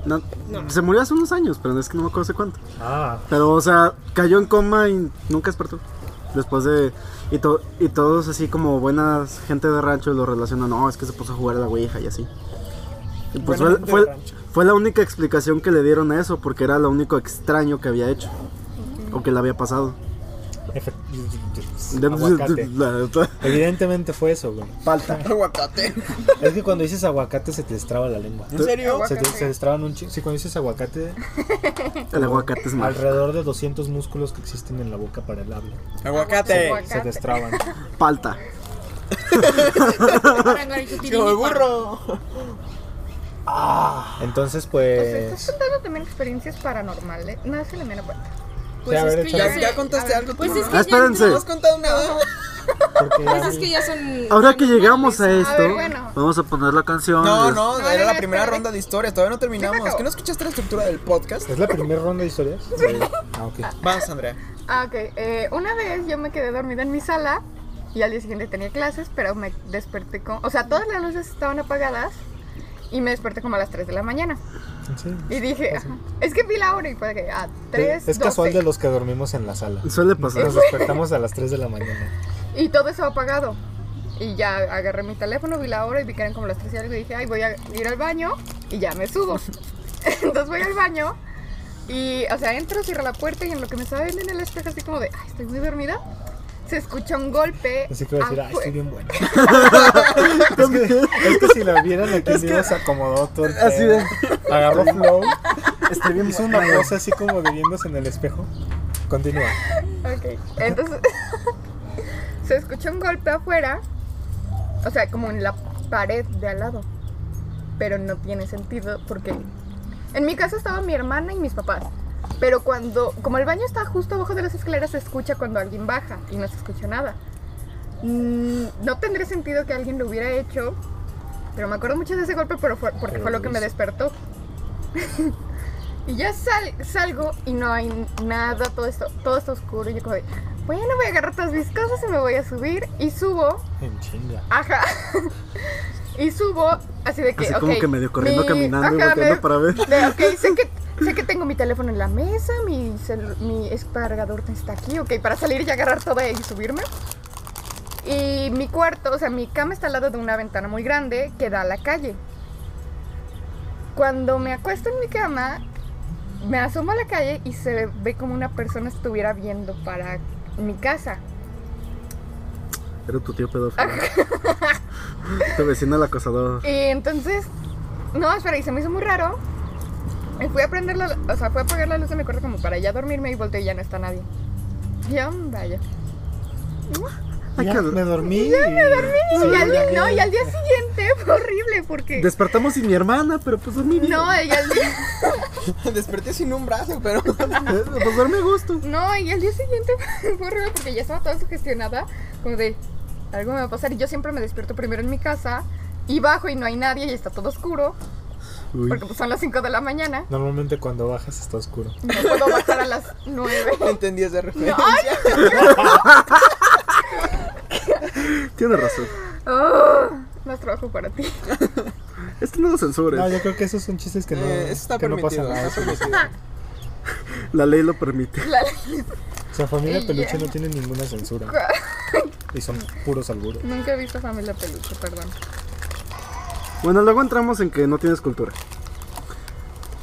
No, Se murió hace unos años, pero es que no me acuerdo hace cuánto. Ah, Pero, o sea, cayó en coma y nunca despertó. Después de. Y, to- y todos, así como buenas gente de rancho, lo relacionan. No, es que se puso a jugar a la Ouija y así. Y pues Buena fue, gente fue- de rancho. fue la única explicación que le dieron a eso, porque era lo único extraño que había hecho. O que le había pasado. efe- aguacate. Evidentemente fue eso, güey. Falta. Aguacate. Es que cuando dices aguacate se te destraba la lengua. ¿En serio? Se, te- se destraban un chingo. Sí, cuando dices aguacate, El aguacate es malo. alrededor de 200 músculos que existen en la boca para el habla Aguacate. se destraban. Palta. Como el burro. Entonces, O sea, estás pues. contando también experiencias paranormales. No, es la mera parte. Pues a ver, es que échale. ya Ya, se- ya contaste algo. Pues tú, es ¿no? que Ah, ya no- espérense. No has contado nada. Porque Pues es que ya son. Ahora que llegamos a A esto, ver, bueno. vamos a poner la canción. Este, No, de- no, no, era no, la no, primera espérate. ronda de historias. Todavía no terminamos. acabó. ¿Que no escuchaste la estructura del podcast? ¿Es la primera ronda de historias? Ah, ok. Vas, Andrea. Ah, ok. Eh, una vez yo me quedé dormida en mi sala y al día siguiente tenía clases, pero me desperté con... O sea, todas las luces estaban apagadas y me desperté como a las 3 de la mañana. Pues Sí. Y dije, "Ajá". es que vi la hora y fue que ah, a 3, Es casual de los que dormimos en la sala. Suele pasar. Nos despertamos a las 3 de la mañana. Y todo eso apagado. Y ya agarré mi teléfono, vi la hora y vi que eran como las 3 y algo. Y dije, ay, voy a ir al baño y ya me subo. Entonces voy al baño y, o sea, entro, cierro la puerta y en lo que me estaba viendo en el espejo, así como de, ay, estoy muy dormida, se escucha un golpe. Así que voy a decir, ah, afu- estoy bien buena. es, que, es que si la vieran aquí, Diego se acomodó todo. el Así pedo. de- Agarró flow. Estoy bien Hizo una cosa así como de viéndose en el espejo. Continúa. Ok, entonces se escuchó un golpe afuera, o sea, como en la pared de al lado, pero no tiene sentido porque en mi casa estaba mi hermana y mis papás, pero cuando, como el baño está justo abajo de las escaleras, se escucha cuando alguien baja y no se escucha nada. Mm, No tendría sentido que alguien lo hubiera hecho, pero me acuerdo mucho de ese golpe pero fue- porque fue lo que me despertó. Y ya sal- salgo y no hay nada, todo esto, todo está oscuro. Y yo como de, bueno, voy a agarrar todas mis cosas y me voy a subir. Y subo, En chinga. ajá. y subo, así de que, Así como ok, que medio corriendo, mi- caminando y ajá, volteando me- para ver. de, ok, sé que, sé que tengo mi teléfono en la mesa, mi, celu- mi cargador está aquí, ok, para salir y agarrar todo y subirme. Y mi cuarto, o sea, mi cama está al lado de una ventana muy grande que da a la calle. Cuando me acuesto en mi cama, me asomo a la calle y se ve como una persona estuviera viendo para mi casa. Era tu tío pedófilo. tu vecino el acosador. Y entonces, no, espera, y se me hizo muy raro. Y fui a prender la, o sea, fui a apagar la luz de mi cuarto como para ya dormirme y volteé y ya no está nadie. Y yo, mm, vaya. Ay, Ya qué- me dormí. Ya me dormí. y al día, no, y al día siguiente fue horrible porque... Despertamos sin mi hermana, pero pues dormí bien. No, y al día... Desperté sin un brazo, pero. Eh, Pues dormí a gusto. No, y al día siguiente fue horrible porque ya estaba toda sugestionada, como de algo me va a pasar. Y yo siempre me despierto primero en mi casa y bajo y no hay nadie y está todo oscuro, Uy. porque pues son las 5 de la mañana. Normalmente cuando bajas está oscuro. No puedo bajar a las 9. No entendí esa referencia. Tienes razón. más trabajo para ti. Esto no lo censures. No, yo creo que esos son chistes que no, Eh, eso está que no permitido. pasan nada. está permitido. La ley lo permite. O sea, familia Y peluche ya. no tiene ninguna censura. Y son puros alburos. Nunca he visto Familia Peluche, perdón. Bueno, luego entramos en que no tienes cultura.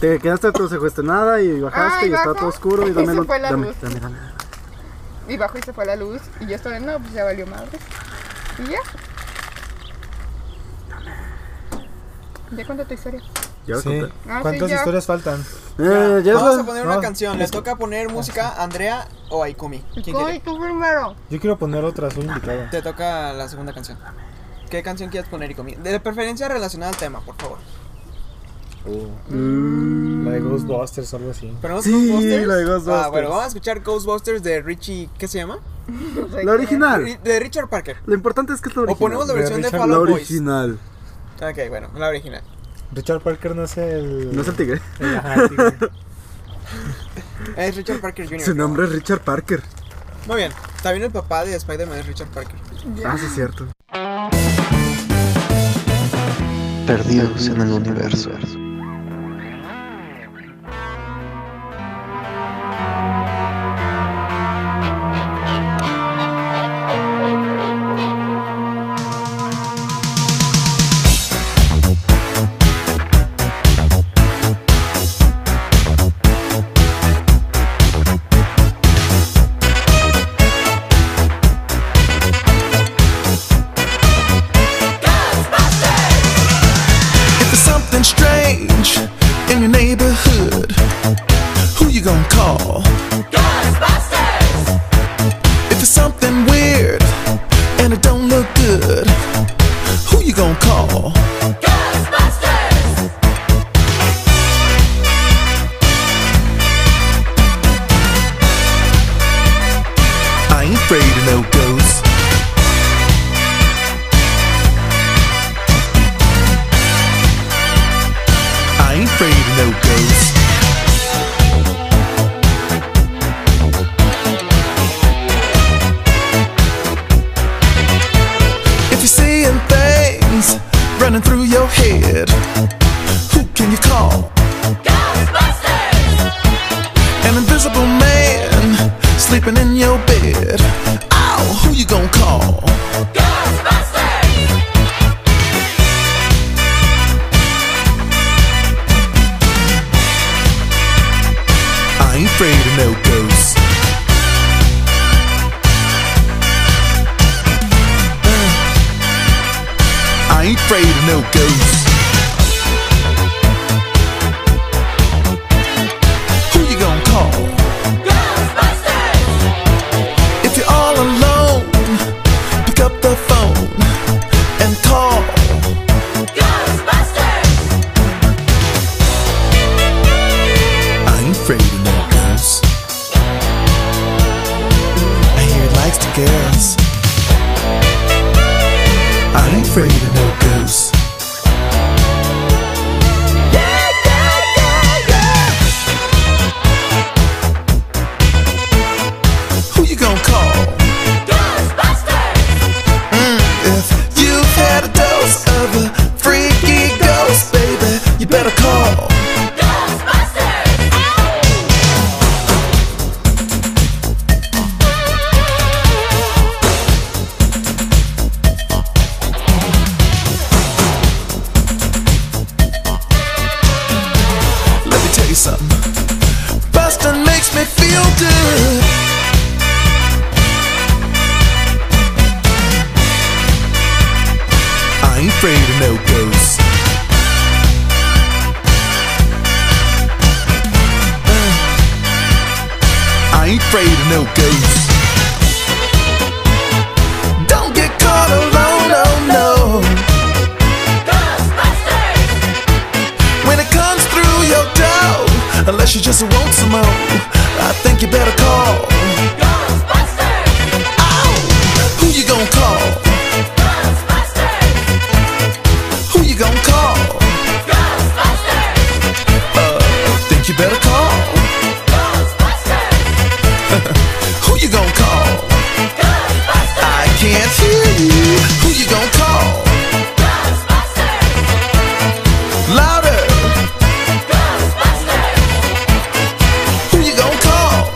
Te quedaste todo sugestionada y bajaste Ay, y estaba bajo. todo oscuro y Y dame se lo- fue la dame, luz. dame, dame. Y bajo y se fue la luz y yo estaba, no, pues ya valió madre. Y ya. Ya conté tu historia. Ya lo Sí. conté. Ah, sí, ¿Cuántas ya. historias faltan? Eh, ya es Vamos la- a poner una no. canción. Le toca poner música a Andrea o Aikumi. ¿Quién Ay, quiere? tú primero. Yo quiero poner otra, soy invitada. Te toca la segunda canción. ¿Qué canción quieres poner, Aikumi? De preferencia relacionada al tema, por favor. La de Ghostbusters o algo así. Pero no Sí, Ghostbusters. la de Ghostbusters. Ah, bueno, vamos a escuchar Ghostbusters de Richie. ¿Qué se llama? Pues La original. Ri- De Richard Parker. Lo importante es que es Ah. la O original. ponemos la versión de Richard- Fall la Out Boys. original. Ok, bueno, la original. Richard Parker no es el. No es el tigre. el- ajá, el tigre. Es Richard Parker Jr. Su nombre es Richard Parker. Muy bien. También el papá de Spider-Man es Richard Parker. Ah, sí, es cierto. Perdidos en el universo. If there's something strange in your neighborhood, who you gonna call? Ghostbusters! If there's something weird and it don't look good, who you gonna call? Ghostbusters! dead. Who can you call? An invisible man sleeping in your bed. Ow, who you gonna call? I ain't afraid of no ghosts. Uh, I ain't afraid of no ghosts. Who you gonna call? If you're all alone, pick up the phone and call. I ain't afraid of no ghosts. I hear it likes the girls. I ain't afraid of no ghosts. Who you gonna call? Mm, if you've had a dose of a freaky ghost, baby, you better call. Let me tell you something. Bustin' makes me feel good. I ain't afraid of no ghosts. Uh, I ain't afraid of no ghosts. Don't get caught alone, oh no. when it comes through your door. Unless you just want some more, I think you better call. Ow! Who you gonna call? Who you gonna call? Uh, think you better call. Who you gonna call? I can't hear you. Who you gonna call? Louder. Who you gonna call?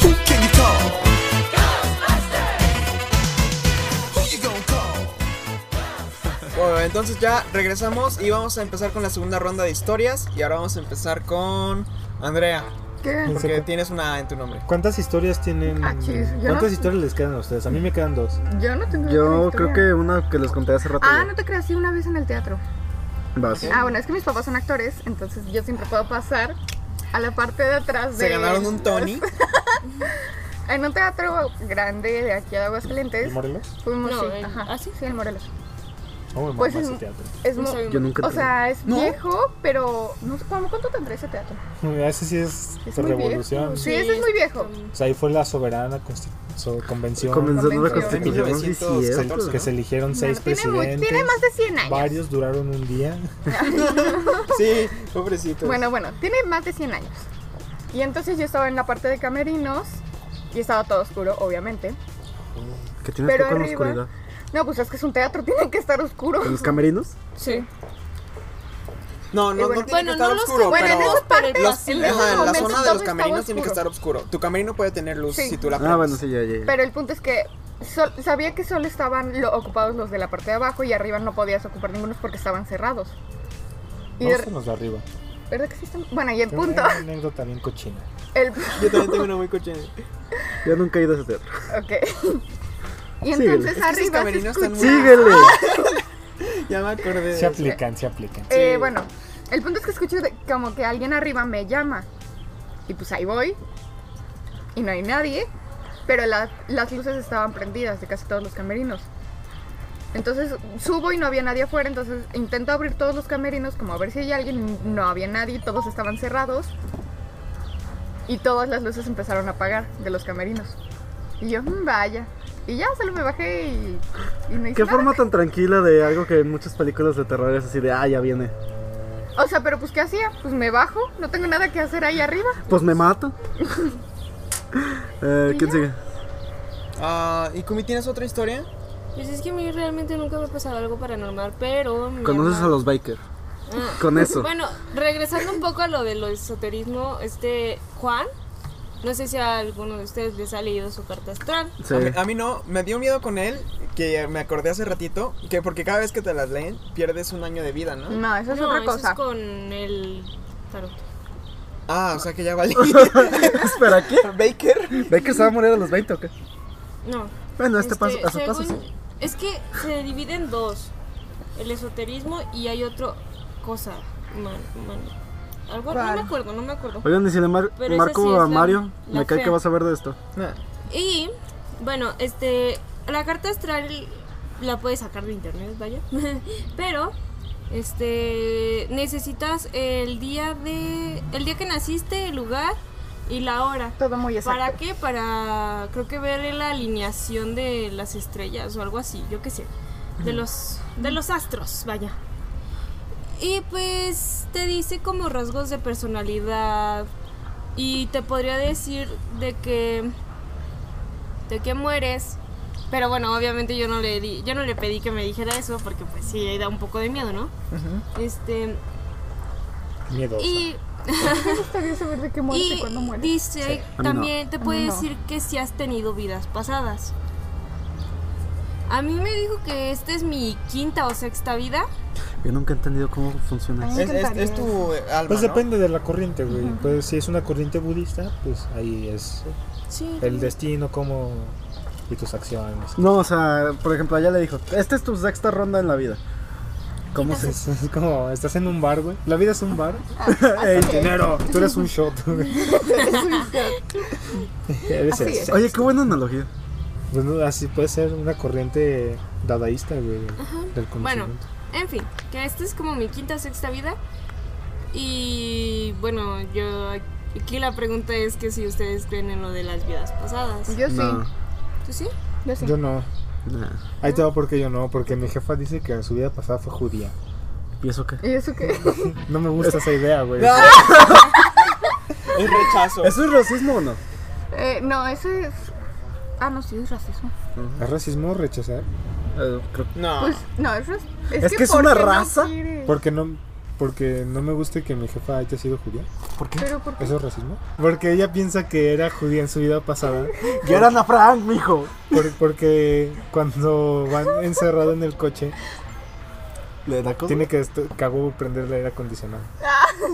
Who can you call? Who you gonna call? Bueno, entonces ya regresamos y vamos a empezar con la segunda ronda de historias. Y ahora vamos a empezar con Andrea, ¿Qué? porque tienes una A en tu nombre. ¿Cuántas historias tienen? Ah, chis, yo no- ¿Cuántas historias les quedan a ustedes? A mí me quedan dos. Yo no tengo Yo otra creo historia. que una que les conté hace rato. Ah, ya. no te creas, sí, una vez en el teatro. Vas. Ah, bueno, es que mis papás son actores, entonces yo siempre puedo pasar a la parte de atrás de... Se ganaron un Tony. En un teatro grande de aquí de Aguascalientes. ¿En Morelos? Fuimos, No, sí, en- ajá, ¿ah, sí? sí, en Morelos. Oh, en Pues mamá, es- ese teatro. Es No muy... sabía. Yo nunca O entré. sea, es viejo, pero no sé cómo cuánto tendrá ese teatro. Mira, Ese sí es, Es la muy viejo. revolución. Sí, ese es muy viejo. O sea, ahí fue la soberana consti- so- convención Comenzó la Convención. constitución. no sé si es. 1914, que se eligieron seis Bueno, tiene, muy- presidentes. tiene más de 100 años. Varios duraron un día. Sí, pobrecito. Bueno, bueno, tiene más de 100 años. Y entonces yo estaba en la parte de camerinos y estaba todo oscuro, obviamente. Que tienes Pero poco en la arriba- oscuridad. No, pues es que es un teatro, tiene que estar oscuro. ¿En los camerinos? Sí. No, no, Y bueno, no tiene bueno, que estar no los oscuro, Bueno, en pero... esa parte, pero los- en ese Ajá, en la momento zona de todo los estaba camerinos tiene que estar oscuro. oscuro. Tu camerino puede tener luz Sí. si tú la Ah, prendes. bueno, sí, ya, ya. ya. Pero el punto es que sol- sabía que solo estaban lo- ocupados los de la parte de abajo y arriba no podías ocupar ninguno porque estaban cerrados. Y No de- son los de arriba. ¿Verdad que sí están? Bueno, y el Tengo punto. Una anécdota bien cochina. El, Yo también tengo una muy cochina. Yo nunca he ido a ese teatro. ok. Y Síguele. entonces Es esos arriba se camerinos están muy- escucha- ¡Síguele! Ya me acordé. de Se eso. aplican, se aplican. Eh, Sí. bueno, el punto es que escucho de- como que alguien arriba me llama. Y pues ahí voy. Y no hay nadie. Pero la- las luces estaban prendidas de casi todos los camerinos. Entonces subo y no había nadie afuera. Entonces intento abrir todos los camerinos como a ver si hay alguien. y No había nadie. Todos estaban cerrados. Y todas las luces empezaron a apagar de los camerinos. Y yo, "Mm, vaya. Y ya solo me bajé y, y no hice Qué nada. forma tan tranquila de algo que en muchas películas de terror es así de, ah, ya viene. O sea, pero pues ¿qué hacía? Pues me bajo, no tengo nada que hacer ahí arriba. Pues me mato. Eh, ¿Y ¿Quién ya? sigue? Ah, ¿Y Kumi tienes otra historia? Pues es que a mí realmente nunca me ha pasado algo paranormal, pero... mi Conoces hermano- a los biker. Ah. Con eso. Bueno, regresando un poco a lo del esoterismo, este Juan, no sé si a alguno de ustedes les ha leído su carta astral. Sí. A, mí, a mí no, me dio miedo con él, que me acordé hace ratito, que porque cada vez que te las leen pierdes un año de vida, ¿no? No, eso es no, otra eso cosa. es con el tarot. Ah, o sea que ya valí. Espera, ¿qué? Baker. ¿Baker se va a morir a los 20 o qué? No. Bueno, este, paso, a su según- paso sí. Es que se divide en dos, el esoterismo y hay otro cosa, man, man- algo, no me ¿Cuál? acuerdo, no me acuerdo. Oigan, y si le mar- Pero esa marco sí es a la- Mario, la me cae fea. que vas a ver de esto. Y bueno, este la carta astral la puedes sacar de internet, vaya. Pero este necesitas el día de el día que naciste, el lugar y la hora. Todo muy exacto. ¿Para qué? Para creo que ver la alineación de las estrellas o algo así, yo qué sé. De los de los astros, vaya. Y pues te dice como rasgos de personalidad y te podría decir de que de que mueres. Pero bueno, obviamente yo no le di, yo no le pedí que me dijera eso porque pues sí da un poco de miedo, ¿no? Este Miedo. y Me gustaría saber de qué mueres y, y cuándo mueres. dice A mí también te puede no. decir que si has tenido vidas pasadas. A mí me dijo que esta es mi quinta o sexta vida. Yo nunca he entendido cómo funciona Ay. eso. Es, es- es tu eh, alma. Pues ¿no? depende de la corriente, güey. Pues si es una corriente budista, pues ahí es Sí. el destino, cómo y tus acciones. No, o sea, por ejemplo, allá le dijo, esta es tu sexta ronda en la vida. ¿Cómo se Es, es como, estás en un bar, güey. La vida es un bar. Ey, Dinero. Tú eres un shot, güey. eres Así es. el- Oye, qué buena analogía. Pues no, así puede ser una corriente dadaísta, güey. Del Bueno, conocimiento. en fin, que esta es como mi quinta o sexta vida. Y bueno, yo aquí la pregunta es que si ustedes creen en lo de las vidas pasadas. Yo sí, No, ¿Tú sí? yo sí. Yo no. no. Ahí te va porque yo no. Porque mi jefa dice que en su vida pasada fue judía. ¿Y eso qué? ¿Y eso qué? No me gusta esa idea, güey. Es rechazo. ¿Eso es racismo o no? Eh, no, eso es. Ah, no, sí, es racismo. ¿Es racismo o rechazar? Eh, creo- No. Pues no, es ras- Es que es ¿por una qué no raza. quieres? Porque no, porque no me gusta que mi jefa haya sido judía. Pero ¿por qué? ¿Eso es racismo? Porque ella piensa que era judía en su vida pasada. ¡Ya eran a Frank, mijo! por- porque cuando van encerrado en el coche, ¿Le da cosa? tiene que esto- que a huevo prender el aire acondicionado. Ah.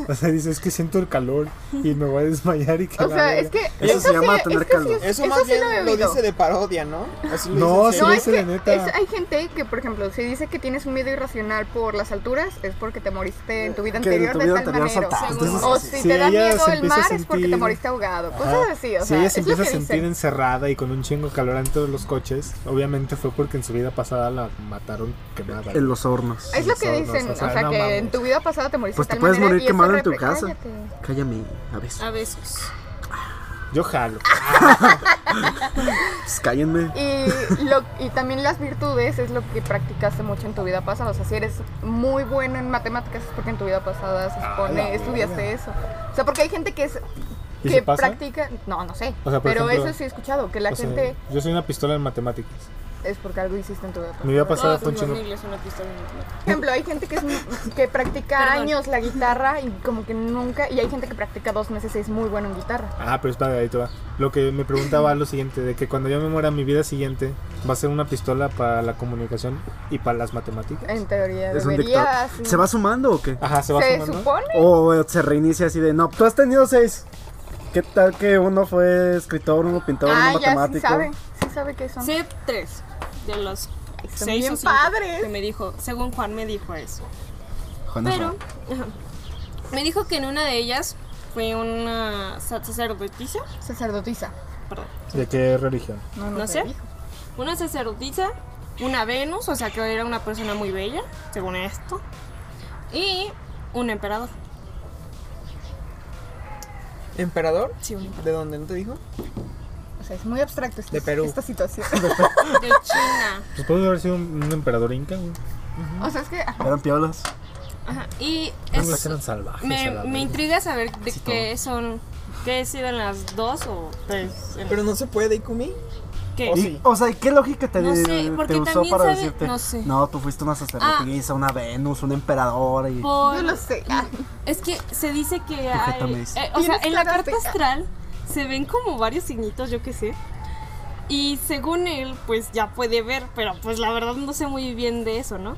O sea, dice, es que siento el calor y me voy a desmayar y que O la sea, verga". es que. Eso se llama es tener que sí caldo. es- Eso más sí bien lo he lo oído. dice de parodia, ¿no? Así lo No, dice en sí. No, serio. es es la que neta. es- hay gente que, por ejemplo, si dice que tienes un miedo irracional por las alturas, es porque te moriste en tu vida Que en anterior tu de vida tal anterior manera. saltaste, Según- esas O cosas. si Si te ella da miedo se el empieza a mar, es porque te sentir- moriste ahogado. Ajá. Cosas así, o si sea, ella se es lo empieza que a sentir dicen. encerrada y con un chingo de calor en todos los coches, obviamente fue porque en su vida pasada la mataron quemada. En los hornos. Es lo que Son dicen, cosas, o sea, no que mames. en tu vida pasada te moriste Pues de te tal puedes manera morir y eso quemado en tu repre- casa. Cállate. Ah. Cállame, a veces. A veces. Yo jalo. Pues cállenme. Y, lo, y también las virtudes es lo que practicaste mucho en tu vida pasada. O sea, si eres muy bueno en matemáticas es porque en tu vida pasada se supone Ah, la estudiaste verga. eso. O sea, porque hay gente que es ¿Y que se pasa? practica, no, no sé, O sea, por pero ejemplo, eso sí he escuchado que la O sea, gente yo soy una pistola en matemáticas. es porque algo hiciste en tu vida. pasada. Mi vida pasada Todos fue un mis chingo. familias son una pistola en el culo. Por ejemplo, hay gente que es mu- que practica Perdón. años la guitarra y como que nunca y hay gente que practica dos meses y es muy bueno en guitarra. Ah, pero espera, ahí te va. Lo que me preguntaba es lo siguiente, de que cuando yo me muera mi vida siguiente va a ser una pistola para la comunicación y para las matemáticas. En teoría Es un debería. dictador. sí. ¿Se va sumando o qué? Ajá, se va Se sumando. supone. O eh, se reinicia así de, no, tú has tenido seis. ¿Qué tal que uno fue escritor, uno pintor, Ah, uno ya sí matemático? sabe, sí sabe que son. Sé tres de los Son seis bien o cinco padres. que me dijo, según Juan me dijo eso. Juan es Pero raro. ajá, me dijo que en una de ellas fue una sa- sacerdotisa, Sacerdotisa. perdón, ¿De qué religión? No, no te sé, digo. una sacerdotisa, una Venus, o sea que era una persona muy bella, según esto, y un emperador. ¿Emperador? Sí, un emperador. ¿De dónde? ¿No te dijo? O sea, es muy abstracto este- De Perú. esta situación. De China. Pues puede haber sido un, un emperador inca, güey. o sea, es que ah, Eran piolas. Ajá, Y Los es, eran salvajes. a me, la me verga. intriga saber de qué son, qué sido las dos o tres. en- Pero no se puede, Ikumi. qué? Y- O sea, ¿y ¿qué lógica te, No sé, porque te usó también para sabe- decirte? no sé. Ah. tú fuiste una sacerdotisa, una Venus, una emperadora y... Por- Yo lo sé. Ah, Es que se dice que jeta hay. me dice. eh, o sea, Tienes en la cara carta de- astral se ven como varios signitos, yo qué sé. Y según él, pues ya puede ver, pero pues la verdad no sé muy bien de eso, ¿no?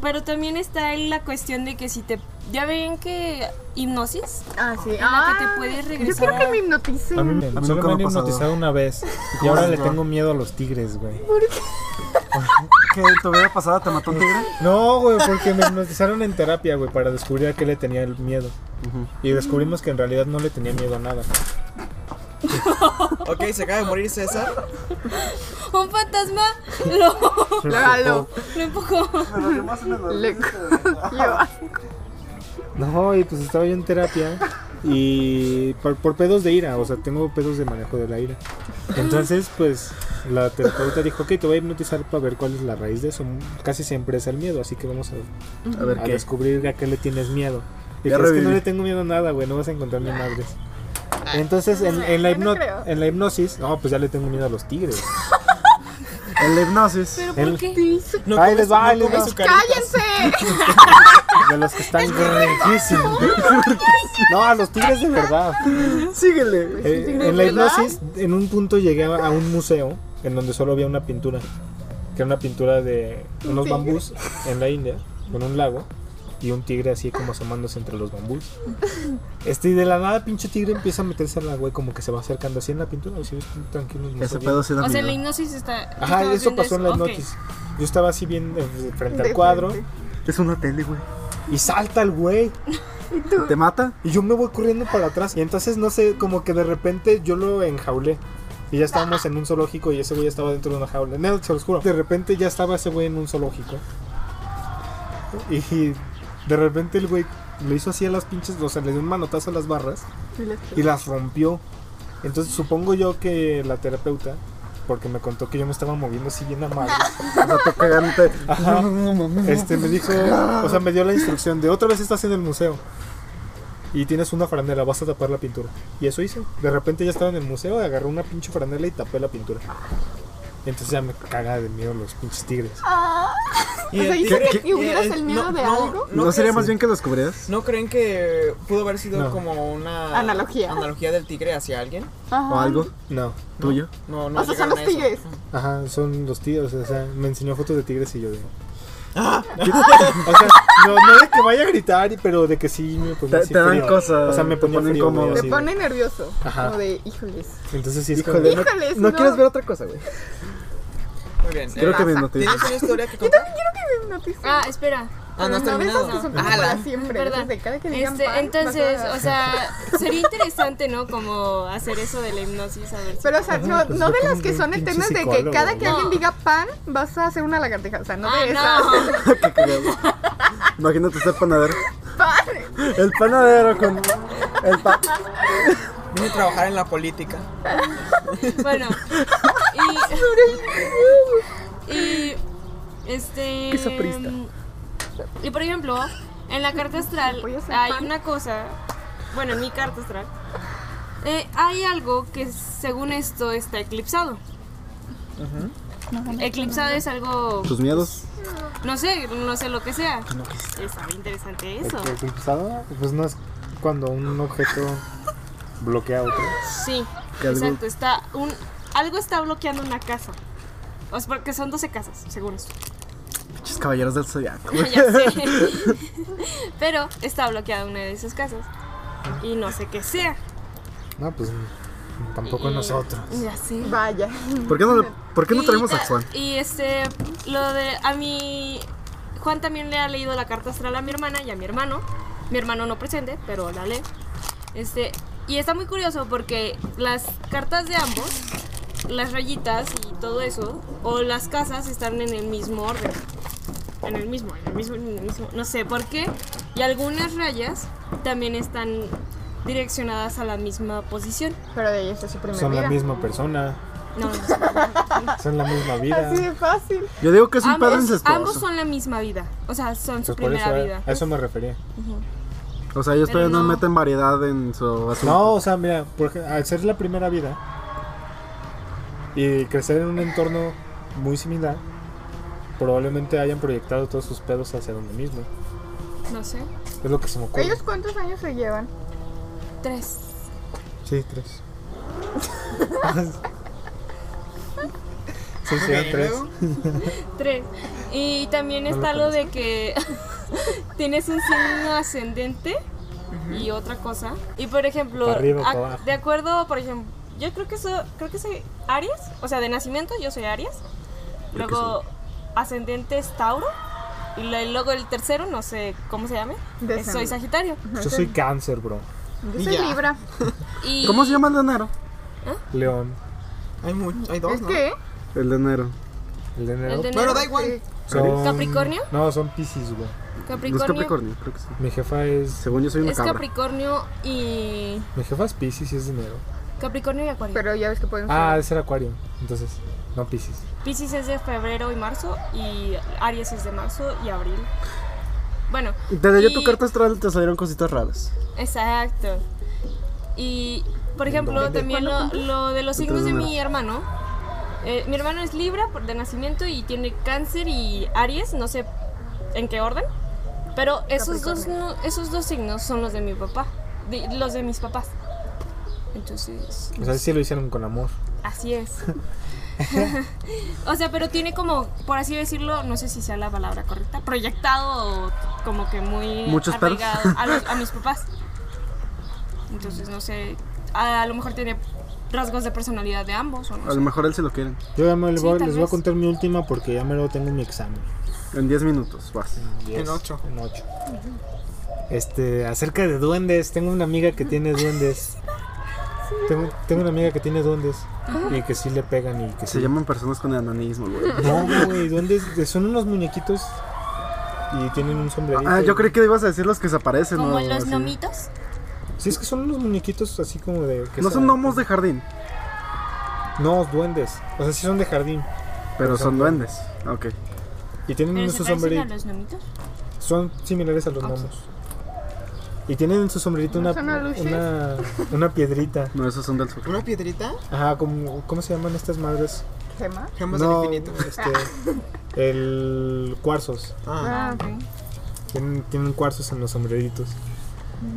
Pero también está en la cuestión de que si te. Ya ven que hipnosis. ah, sí. En la Ah, que te puedes yo regresar. quiero que me hipnoticen. A mí, me- nunca solo me me ha han pasado. hipnotizado una vez. Y ¿Cómo ahora se le llama? tengo miedo a los tigres, güey. ¿Qué? ¿Te hubiera pasado? ¿Te mató un tigre? No, güey, porque me hipnotizaron en terapia, güey, para descubrir a qué le tenía el miedo. Y descubrimos que en realidad no le tenía miedo a nada. Ok, se acaba de morir César. Un fantasma lo, Hágalo. lo empujó. Le- Yo, No, y pues estaba yo en terapia y por, por pedos de ira, o sea, tengo pedos de manejo de la ira. Entonces, pues la terapeuta dijo, ok, te voy a hipnotizar para ver cuál es la raíz de eso. Casi siempre es el miedo, así que vamos a, A ver, a ¿qué? descubrir a qué le tienes miedo. Y Ya dije, es que no reviví. le tengo miedo a nada, güey, no vas a encontrar ni madres. Entonces, en, en la yo no hipno- creo. en la hipnosis, no, pues ya le tengo miedo a los tigres. En la hipnosis. ¿Pero El- por qué? No Ahí les comes- va, no ahí les comes va. su carita. ¡Cállense! De los que están riquísimos. No, a los tigres de verdad. Síguele. Eh, en la hipnosis, en un punto llegué a a un museo en donde solo había una pintura, que era una pintura de unos tigre. bambús en la India, con un lago y un tigre así como asomándose entre los bambús. Este, y de la nada, pinche tigre empieza a meterse al agua y como que se va acercando así en la pintura, así tranquilo. no Ese sé bien. pedo sí da O sea, la miedo. hipnosis está. Ajá, estabas eso viendo pasó en las Ok. noches. Yo estaba así bien eh, frente al De cuadro frente. Es una tele, güey. y salta el güey. ¿Te mata? Y yo me voy corriendo para atrás. Y entonces, no sé, como que de repente yo lo enjaulé. Y ya estábamos en un zoológico y ese güey estaba dentro de una jaula. No, se los juro. De repente ya estaba ese güey en un zoológico. Y de repente el güey le hizo así a las pinches, o sea, le dio un manotazo a las barras y las rompió. Entonces supongo yo que la terapeuta, porque me contó que yo me estaba moviendo así bien a madre. O sea, te cagan, te- Ajá. Este me dijo, o sea, me dio la instrucción de otra vez estás en el museo y tienes una franela, vas a tapar la pintura. Y eso hice. De repente ya estaba en el museo, agarré una pinche franela y tapé la pintura. Entonces ya me caga de miedo los pinches tigres. Y O sea, el ¿y tigre- si- y hubieras el miedo de algo? ¿No, sería más bien que lo descubrieras? ¿No creen que pudo haber sido No. como una Analogía. analogía del tigre hacia alguien? ¿O algo No. tuyo? No, no. O sea, son llegaron a los eso. tigres. Ajá, son los tigres, o sea, me enseñó fotos de tigres y yo digo. Ah. o sea, no, no de que vaya a gritar, pero de que sí me ponía Te- así te dan frío. cosas, O sea, me te ponía ponen frío, güey, cómodo. Te así de- pone nervioso. Ajá. Como de, híjoles. Entonces sí es como- Híjole, no, Híjoles, ¿no no. quieres ver otra cosa, güey? Muy bien. Creo Eh, que me noté. ¿Tienes una historia que contar? Quiero que me hipnoticen. Ah, espera. Ah, no has Pero de esas terminado. que son Ah, la- para siempre. Perdón. esas de cada que digan Este, pan, entonces, vas a- o sea, sería interesante, ¿no? Como hacer eso de la hipnosis, a ver. si- Pero, o sea, no, pues no ve de como las que un son pinche eternas de que psicólogo, cada que ¿no? alguien diga pan, vas a hacer una lagartija. O sea, no Ah, de esas. no. Qué cagado. Imagínate ser panadero. Pan. El panadero con el pan. Vine a trabajar en la política. Bueno. Y, y este Qué saprista. Y por ejemplo, en la carta astral Voy a hacer hay pan. una cosa, bueno, en mi carta astral eh, hay algo que según esto está eclipsado. Eclipsado es algo, Tus miedos. no sé, no sé lo que sea. Está muy interesante eso. Porque eclipsado, pues no es cuando un objeto bloquea a otro. Sí, Que algo- exacto. Está un, algo está bloqueando una casa. O sea, porque son 12 casas, según esto. Pinches caballeros del zodiaco. ya sé. Pero está bloqueada una de esas casas. Y no sé qué sea. No, pues tampoco Y- nosotros. Ya sé. Vaya. ¿Por qué no, le- ¿por qué no Y traemos ta- a Juan? Y este, lo de. A mi. Juan también le ha leído la carta astral a mi hermana y a mi hermano. Mi hermano no presente, pero la lee. Este. Y está muy curioso porque las cartas de ambos, las rayitas y todo eso, o las casas están en el mismo orden. En el mismo, en el mismo, en el mismo. No sé por qué. Y algunas rayas también están direccionadas a la misma posición. Pero de ahí está su primer Son la día. misma persona, No, no Ah. son la misma vida. Así de fácil. Yo digo que es un ambos, padre incestuoso. ambos son la misma vida. O sea, son su Pues por primera eso, vida. a eso me refería. O sea, ellos Pero todavía no. no. meten variedad en su asunto. No, o sea, mira, porque al ser la primera vida y crecer en un entorno muy similar, probablemente hayan proyectado todos sus pedos hacia donde mismo. No sé. Es lo que se me ocurre. ¿Ellos cuántos años se llevan? Tres. Sí, tres. sí, sí, eran Ok, tres. luego. Tres. Y también No lo está lo de que tienes un signo ascendente y otra cosa. Y por ejemplo, Pa' arriba, pa' ac- abajo. de acuerdo, por ejemplo, yo creo que so- creo que soy Aries, o sea, de nacimiento yo soy Aries. Luego ascendente es Tauro y lo- luego el tercero no sé cómo se llame, De es- soy San- Sagitario. Yo soy cáncer, bro. Yo soy Libra. Y ¿Cómo se llama el de enero? León. Hay, mucho, hay ¿Es dos, ¿no? qué? El de enero. El de enero. el de Bueno, enero, da eh, igual. son- ¿Capricornio? No, son Pisces, güey. ¿No es Capricornio. Capricornio? Creo que sí. Mi jefa es. Según yo soy una Es cabra. Capricornio y Mi jefa es Pisces y es de enero. Capricornio y Acuario. Pero ya ves que pueden Ah, ser. es el Acuario. Entonces, no Pisces. Pisces es de febrero y marzo y Aries es de marzo y abril. Bueno, Te leí Y- tu carta astral te salieron cositas raras. exacto. Y por ejemplo, ¿Dónde? también lo, lo de los Otro signos de número. mi hermano. Eh, mi hermano es Libra por- de nacimiento y tiene Cáncer y Aries, no sé en qué orden, pero esos dos no- esos dos signos son los de mi papá, de- los de mis papás. Entonces, O sea, sí lo hicieron con amor. Así es. o sea, pero tiene como, por así decirlo, no sé si sea la palabra correcta, proyectado o como que muy Muchos pelos. arraigado a, los- a mis papás. Entonces, no sé, a, a lo mejor tiene rasgos de personalidad de ambos. O no A lo sé. mejor él se lo quieren. Yo ya me les Sí, voy, tal les voy a vez. contar mi última porque ya me lo tengo en mi examen. En 10 minutos, vas. Diez, En ocho. En ocho. Este, acerca de duendes, tengo una amiga que tiene duendes. Tengo, tengo una amiga que tiene duendes y que sí le pegan y que Se sí- llaman personas con enanismo, güey. No, güey, duendes son unos muñequitos y tienen un sombrerito. Ah, y- yo creí que ibas a decir los que se aparecen, Como ¿no? los Así. nomitos. Sí, es que son unos muñequitos así como de. que No se- son gnomos de jardín, No, duendes. O sea, sí son de jardín. pero son son duendes. Ok. Y tienen Pero se su parecen a sombrerito. los nomitos. Son similares a los gnomos. Y tienen en su sombrerito una, son aluches? una, una piedrita. No, esos son del sur. ¿Una piedrita? Ajá, como, ¿cómo se llaman estas madres? ¿Gema? Gemas No, del infinito. este, el cuarzos. Ah, Ah, ok. Tienen, tienen cuarzos en los sombreritos.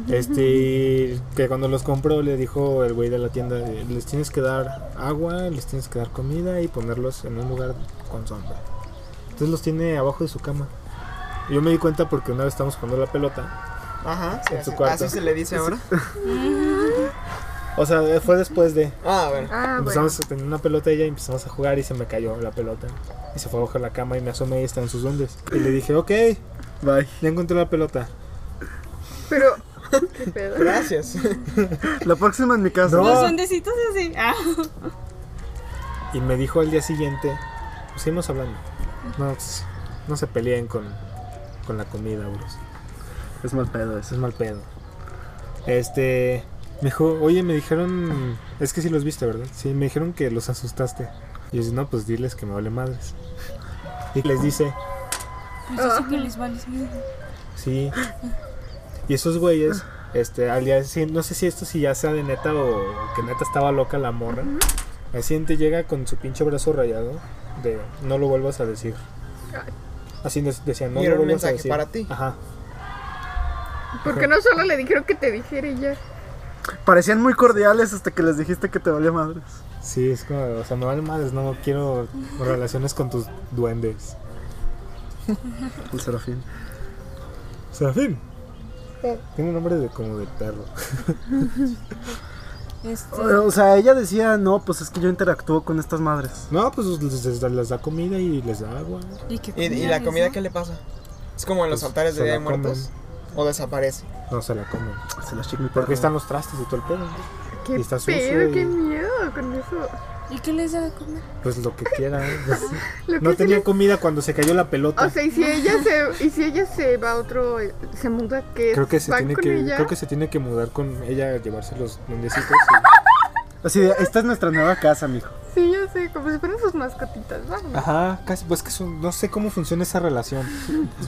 Este, que cuando los compró le dijo el güey de la tienda, eh, les tienes que dar agua, les tienes que dar comida y ponerlos en un lugar con sombra. Entonces los tiene abajo de su cama. Yo me di cuenta porque una vez estamos jugando la pelota. ajá. sí, En su así, cuarto. así se le dice ahora. O sea, eh, fue después de... Ah, bueno. Ah, bueno. Empezamos a tener una pelota ella y empezamos a jugar y se me cayó la pelota. Y se fue abajo de la cama y me asomé y estaban sus duendes. Y le dije, ok, Bye. ya encontré la pelota. Pero. ¿Qué pedo? Gracias. La próxima en mi casa. No. Los duendecitos así. Ah. Y me dijo al día siguiente, "Pues seguimos hablando. No, s- no se peleen con, con la comida, bros. Es mal pedo eso. Es mal pedo. Este, me dijo, oye, me dijeron, es que sí los viste, ¿verdad? Sí, me dijeron que los asustaste. Y yo dije, no, pues diles que me vale madres. Y les dice, Pues así que les vales mierda. Sí. Y esos güeyes, este, al día siguiente- no sé si esto si ya sea de neta o que neta estaba loca la morra. Al siguiente llega con su pinche brazo rayado de no lo vuelvas a decir. Así nos decían, no Y lo era un vuelvas a mensaje decir. para ti. Ajá. Porque no solo le dijeron que te dijera y ya. Parecían muy cordiales hasta que les dijiste que te valía madres. Sí, es como, o sea, me vale madres, no quiero relaciones con tus duendes. El serafín. Serafín. Tiene nombre de como de perro. Este, O o sea, ella decía, no, pues es que yo interactúo con estas madres. No, pues les, les da- les da comida y les da agua. ¿y, qué ¿Y, y comida la les comida da? qué le pasa? ¿Es como en los Pues, altares de se Día la de Muertos? ¿O desaparece? No se la comen. Se las chico mi Porque perro. están los trastes y todo el pedo. ¿Qué Y está sucio pedo? y- ¿Qué miedo con eso? ¿Y qué les da de comer? Pues lo que quiera. ¿eh? Pues, Lo que Ah, no sí tenía le- comida cuando se cayó la pelota. O sea, y si ella se, y si ella se va a otro, eh, se muda que creo que se van tiene con que ella? creo que se tiene que mudar con ella llevarse los duendecitos Así de, esta es nuestra nueva casa, mijo. Sí, ya sé, como si fueran sus mascotitas, y- vamos. Ajá, casi pues que son- no sé cómo funciona esa relación.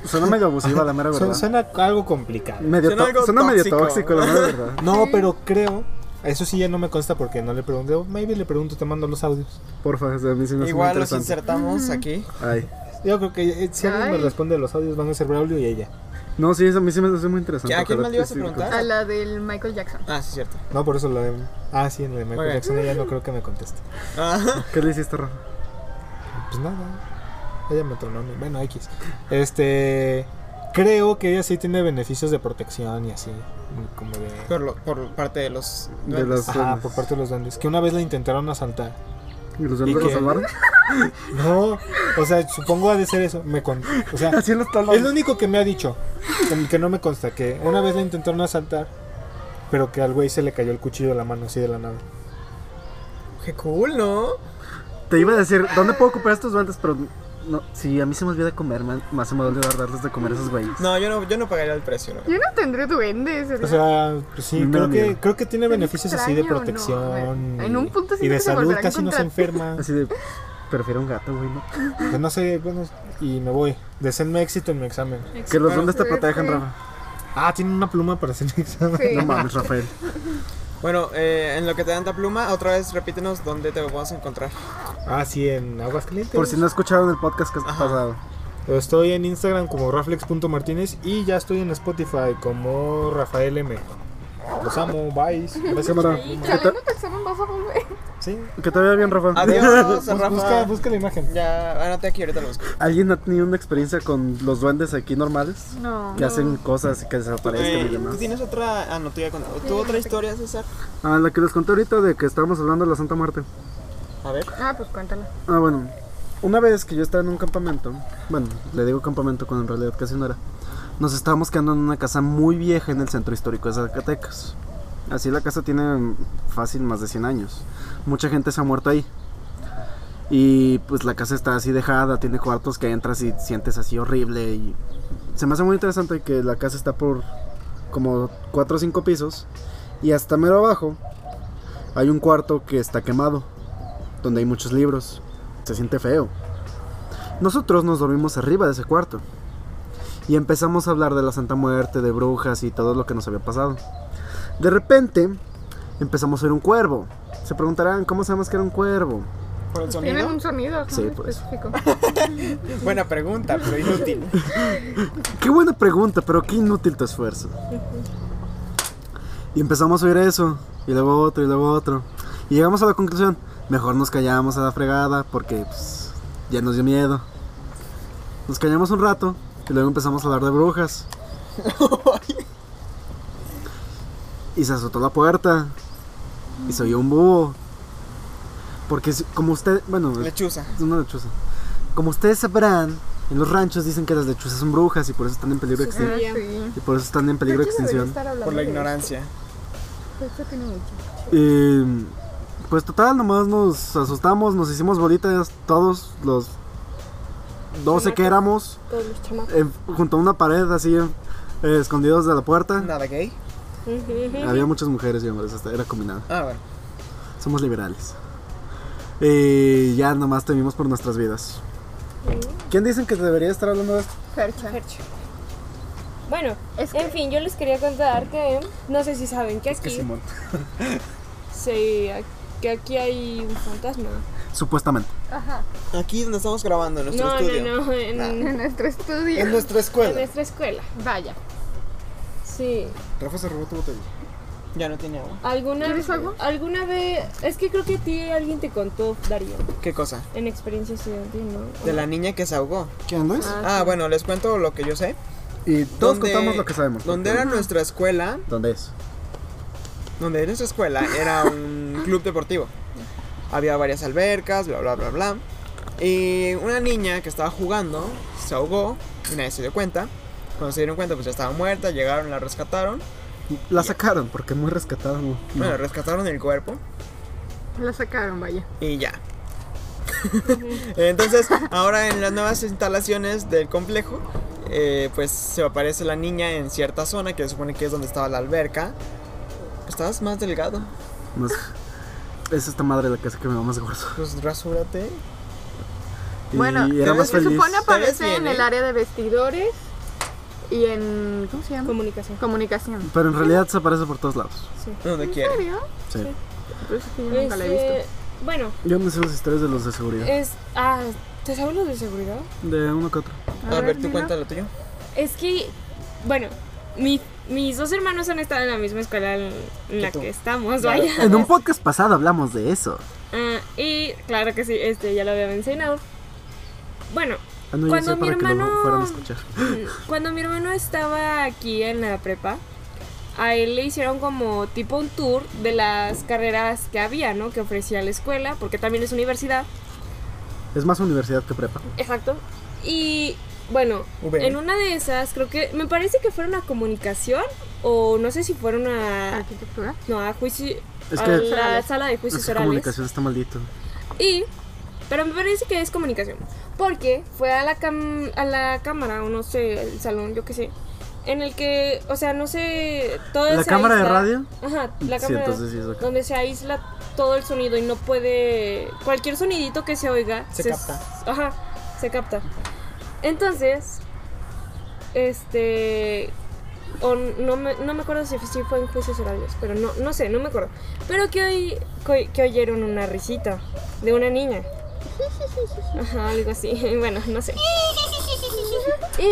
Suena medio abusiva, la mera Su- verdad. suena algo complicado. Medio Suena to- algo suena medio tóxico. tóxico, la mera verdad. No, pero creo Eso sí ya no me consta porque no le pregunté. O Maybe le pregunto, te mando los audios. Porfa, eso a mí sí me hace muy Igual los interesante. insertamos aquí. Ay. Yo creo que eh, si alguien me Ay. responde los audios van a ser Braulio y ella. No, sí, eso a mí sí me hace muy interesante. ¿A quién ojalá más le ibas a que sí, preguntar? A la del Michael Jackson. Ah, sí, cierto. No, por eso la de... Ah, sí, en la de Michael Ok. Jackson ella no creo que me conteste. Ah, ¿Qué le hiciste, Rafa? Pues nada. Ella me tronó. mi- Bueno, X. Este... Creo que ella sí tiene beneficios de protección y así. Como de... por, lo- por parte de los. De duendes. los Ajá, por parte de los duendes. Que una vez la intentaron asaltar. ¿Y los ¿Y hombres lo qué? salvaron? No, o sea, supongo ha de ser eso. Me con... O sea, Así en los es lo talones. único que me ha dicho. que- Que no me consta, que una vez la intentaron asaltar, pero que al güey se le cayó el cuchillo de la mano así de la nada. Qué cool, ¿no? Te iba a decir, ¿dónde puedo comprar estos guantes? Pero no, sí, a mí se me olvida comer, man- más se me olvida darles de comer a esos güeyes. No, yo no, yo no pagaría el precio, ¿no? Yo no tendré duendes. O ¿verdad? sea, pues sí, Me da creo que, miedo. creo que tiene Qué beneficios así de extraño, ¿no? protección. En un punto y siento de que se salud volverán casi no se contra- enferma. Así de, prefiero un gato, güey, ¿no? Pues no sé, bueno, y me voy. Deseenme éxito en mi examen. Que los Bueno, duendes te suerte. protejan, Rafa. Ah, tiene una pluma para hacer mi examen. Sí. No mames, Rafael. Bueno, eh, en lo que te dan la pluma, otra vez repítenos dónde te vamos a encontrar. Ah, sí, en Aguascalientes. Por si no escucharon el podcast que está Ajá. pasado. Estoy en Instagram como raflex.martínez y ya estoy en Spotify como Rafael M. Los amo, bye. Gracias. Cámara. Chale, no te examen vas a volver. Sí. Que te vea bien, Rafa. Adiós, Bus- Busca, Rafa. busca la imagen. Ya, anota aquí, ahorita lo busco. ¿Alguien ha tenido una experiencia con los duendes aquí normales? No. Que hacen cosas y que desaparezcan Eh, y Este, demás. ¿Tú tienes otra? Ah, no, tú ya contaste. ¿Tú otra historia, César? Ah, la que les conté ahorita de que estábamos hablando de la Santa Muerte. A ver. Ah, pues cuéntala. Ah, bueno. Una vez que yo estaba en un campamento, bueno, le digo campamento cuando en realidad casi no era, nos estábamos quedando en una casa muy vieja en el centro histórico de Zacatecas. Así la casa tiene mm, fácil más de 100 años. Mucha gente se ha muerto ahí. Y pues la casa está así dejada, tiene cuartos que entras y sientes así horrible. Y se me hace muy interesante que la casa está por como 4 o 5 pisos. Y hasta mero abajo hay un cuarto que está quemado, donde hay muchos libros se siente feo. Nosotros nos dormimos arriba de ese cuarto y empezamos a hablar de la Santa Muerte, de brujas y todo lo que nos había pasado. De repente empezamos a oír un cuervo. Se preguntarán, ¿cómo sabemos que era un cuervo? ¿Por el Tienen sonido? un sonido ajá, Sí, pues. específico. Buena pregunta, pero inútil. Pues, Qué buena pregunta, pero qué inútil tu esfuerzo. Y empezamos a oír eso, y luego otro, y luego otro. Y llegamos a la conclusión, mejor nos callamos a la fregada porque pues, ya nos dio miedo. Nos callamos un rato y luego empezamos a hablar de brujas. y se azotó la puerta. Y se oyó un búho. Porque si- como usted, bueno, Lechuza. es una lechuza. Como ustedes sabrán, en los ranchos dicen que las lechuzas son brujas y por eso están en peligro de Ah, extinción. sí. Y por eso están en peligro de extinción. Por la ignorancia. Esto tiene mucho. Eh, pues total, nomás nos asustamos, nos hicimos bolitas todos los 12 que éramos, Todos los chamacos. en- junto a una pared así, eh, escondidos de la puerta. Nada gay. Había muchas mujeres y hombres, hasta era combinado. Ah, bueno. Somos liberales. Eh, ya nomás temimos por nuestras vidas. ¿Quién dicen que debería estar hablando de esto? Percha. Bueno, Es que- en fin, yo les quería contar que no sé si saben que aquí se- a- que aquí hay un fantasma. Supuestamente. Ajá. Aquí donde estamos grabando, en nuestro No, estudio. no, no, en, Nah. En nuestro En estudio. nuestra en escuela. nuestra escuela. Vaya. Sí. Rafa se robó tu botella. Ya no tiene agua. ¿Alguna ¿Quieres algo? ¿Alguna vez? Es que creo que a ti alguien te contó, Darío, ¿Qué cosa? en experiencia estudiantil, ¿no? De la niña que se ahogó. ¿Quién Luis? Ah, bueno, les cuento lo que yo sé. Y todos Donde- contamos lo que sabemos. Donde porque- era nuestra escuela, ¿Dónde es? donde era nuestra escuela era un club deportivo. Había varias albercas, bla, bla, bla, bla. Y una niña que estaba jugando se ahogó y nadie se dio cuenta. Cuando se dieron cuenta, pues ya estaba muerta, llegaron, la rescataron. La sacaron porque muy rescatada. ¿no? Bueno, rescataron el cuerpo La sacaron, vaya. y ya. Entonces, ahora en las nuevas instalaciones del complejo, eh, pues se aparece la niña en cierta zona que se supone que es donde estaba la alberca. Estabas más delgado. No es, es esta madre la que hace que me va más gordo. Pues rasúrate. Y Bueno, era más se feliz. supone Tal vez aparece bien, en ¿eh? el área de vestidores y en. ¿Cómo se llama? Comunicación. Comunicación. Pero en realidad se aparece por todos lados. Donde quiera. ¿En serio? Sí. Pero es que yo nunca la he Este, visto. Bueno, Yo me sé las historias de los de seguridad. es. Ah, ¿te sabes lo de seguridad? De uno que otro. A ver, tú dilo. cuenta lo tuyo. Es que, bueno, mi- mis dos hermanos han estado en la misma escuela en, en la tú. que estamos, Claro. vaya. En un podcast pasado hablamos de eso. Ah, y claro que sí, este ya lo había mencionado. Bueno, Ah, no, yo Cuando sé mi para que lo hermano- fueran a escuchar. Mm, Cuando mi hermano estaba aquí en la prepa, a él le hicieron como tipo un tour de las carreras que había, ¿no? Que ofrecía la escuela, porque también es universidad. Es más universidad que prepa. Exacto. Y bueno, VM. en una de esas, creo que, me parece que fueron a comunicación, o no sé si fueron a, Arquitectura. no, a juicio, Es a que- la Ah, sala de juicios Esa orales. comunicación está maldito. Y, pero me parece que es comunicación. Porque fue a la, cam- a la cámara, o no sé, el salón, yo qué sé. En el que, o sea, no sé, todo ¿La se cámara de aísla. radio? Ajá, la Sí, cámara. entonces sí es la cámara. donde se aísla todo el sonido y no puede. Cualquier sonidito que se oiga. Se capta. Ajá, se capta. Entonces, este. o no, me, no me acuerdo si sí fue en juicios orales, pero no, no sé, no me acuerdo. Pero que, hoy, que, que oyeron una risita de una niña. Ajá, algo así. Bueno, no sé. Y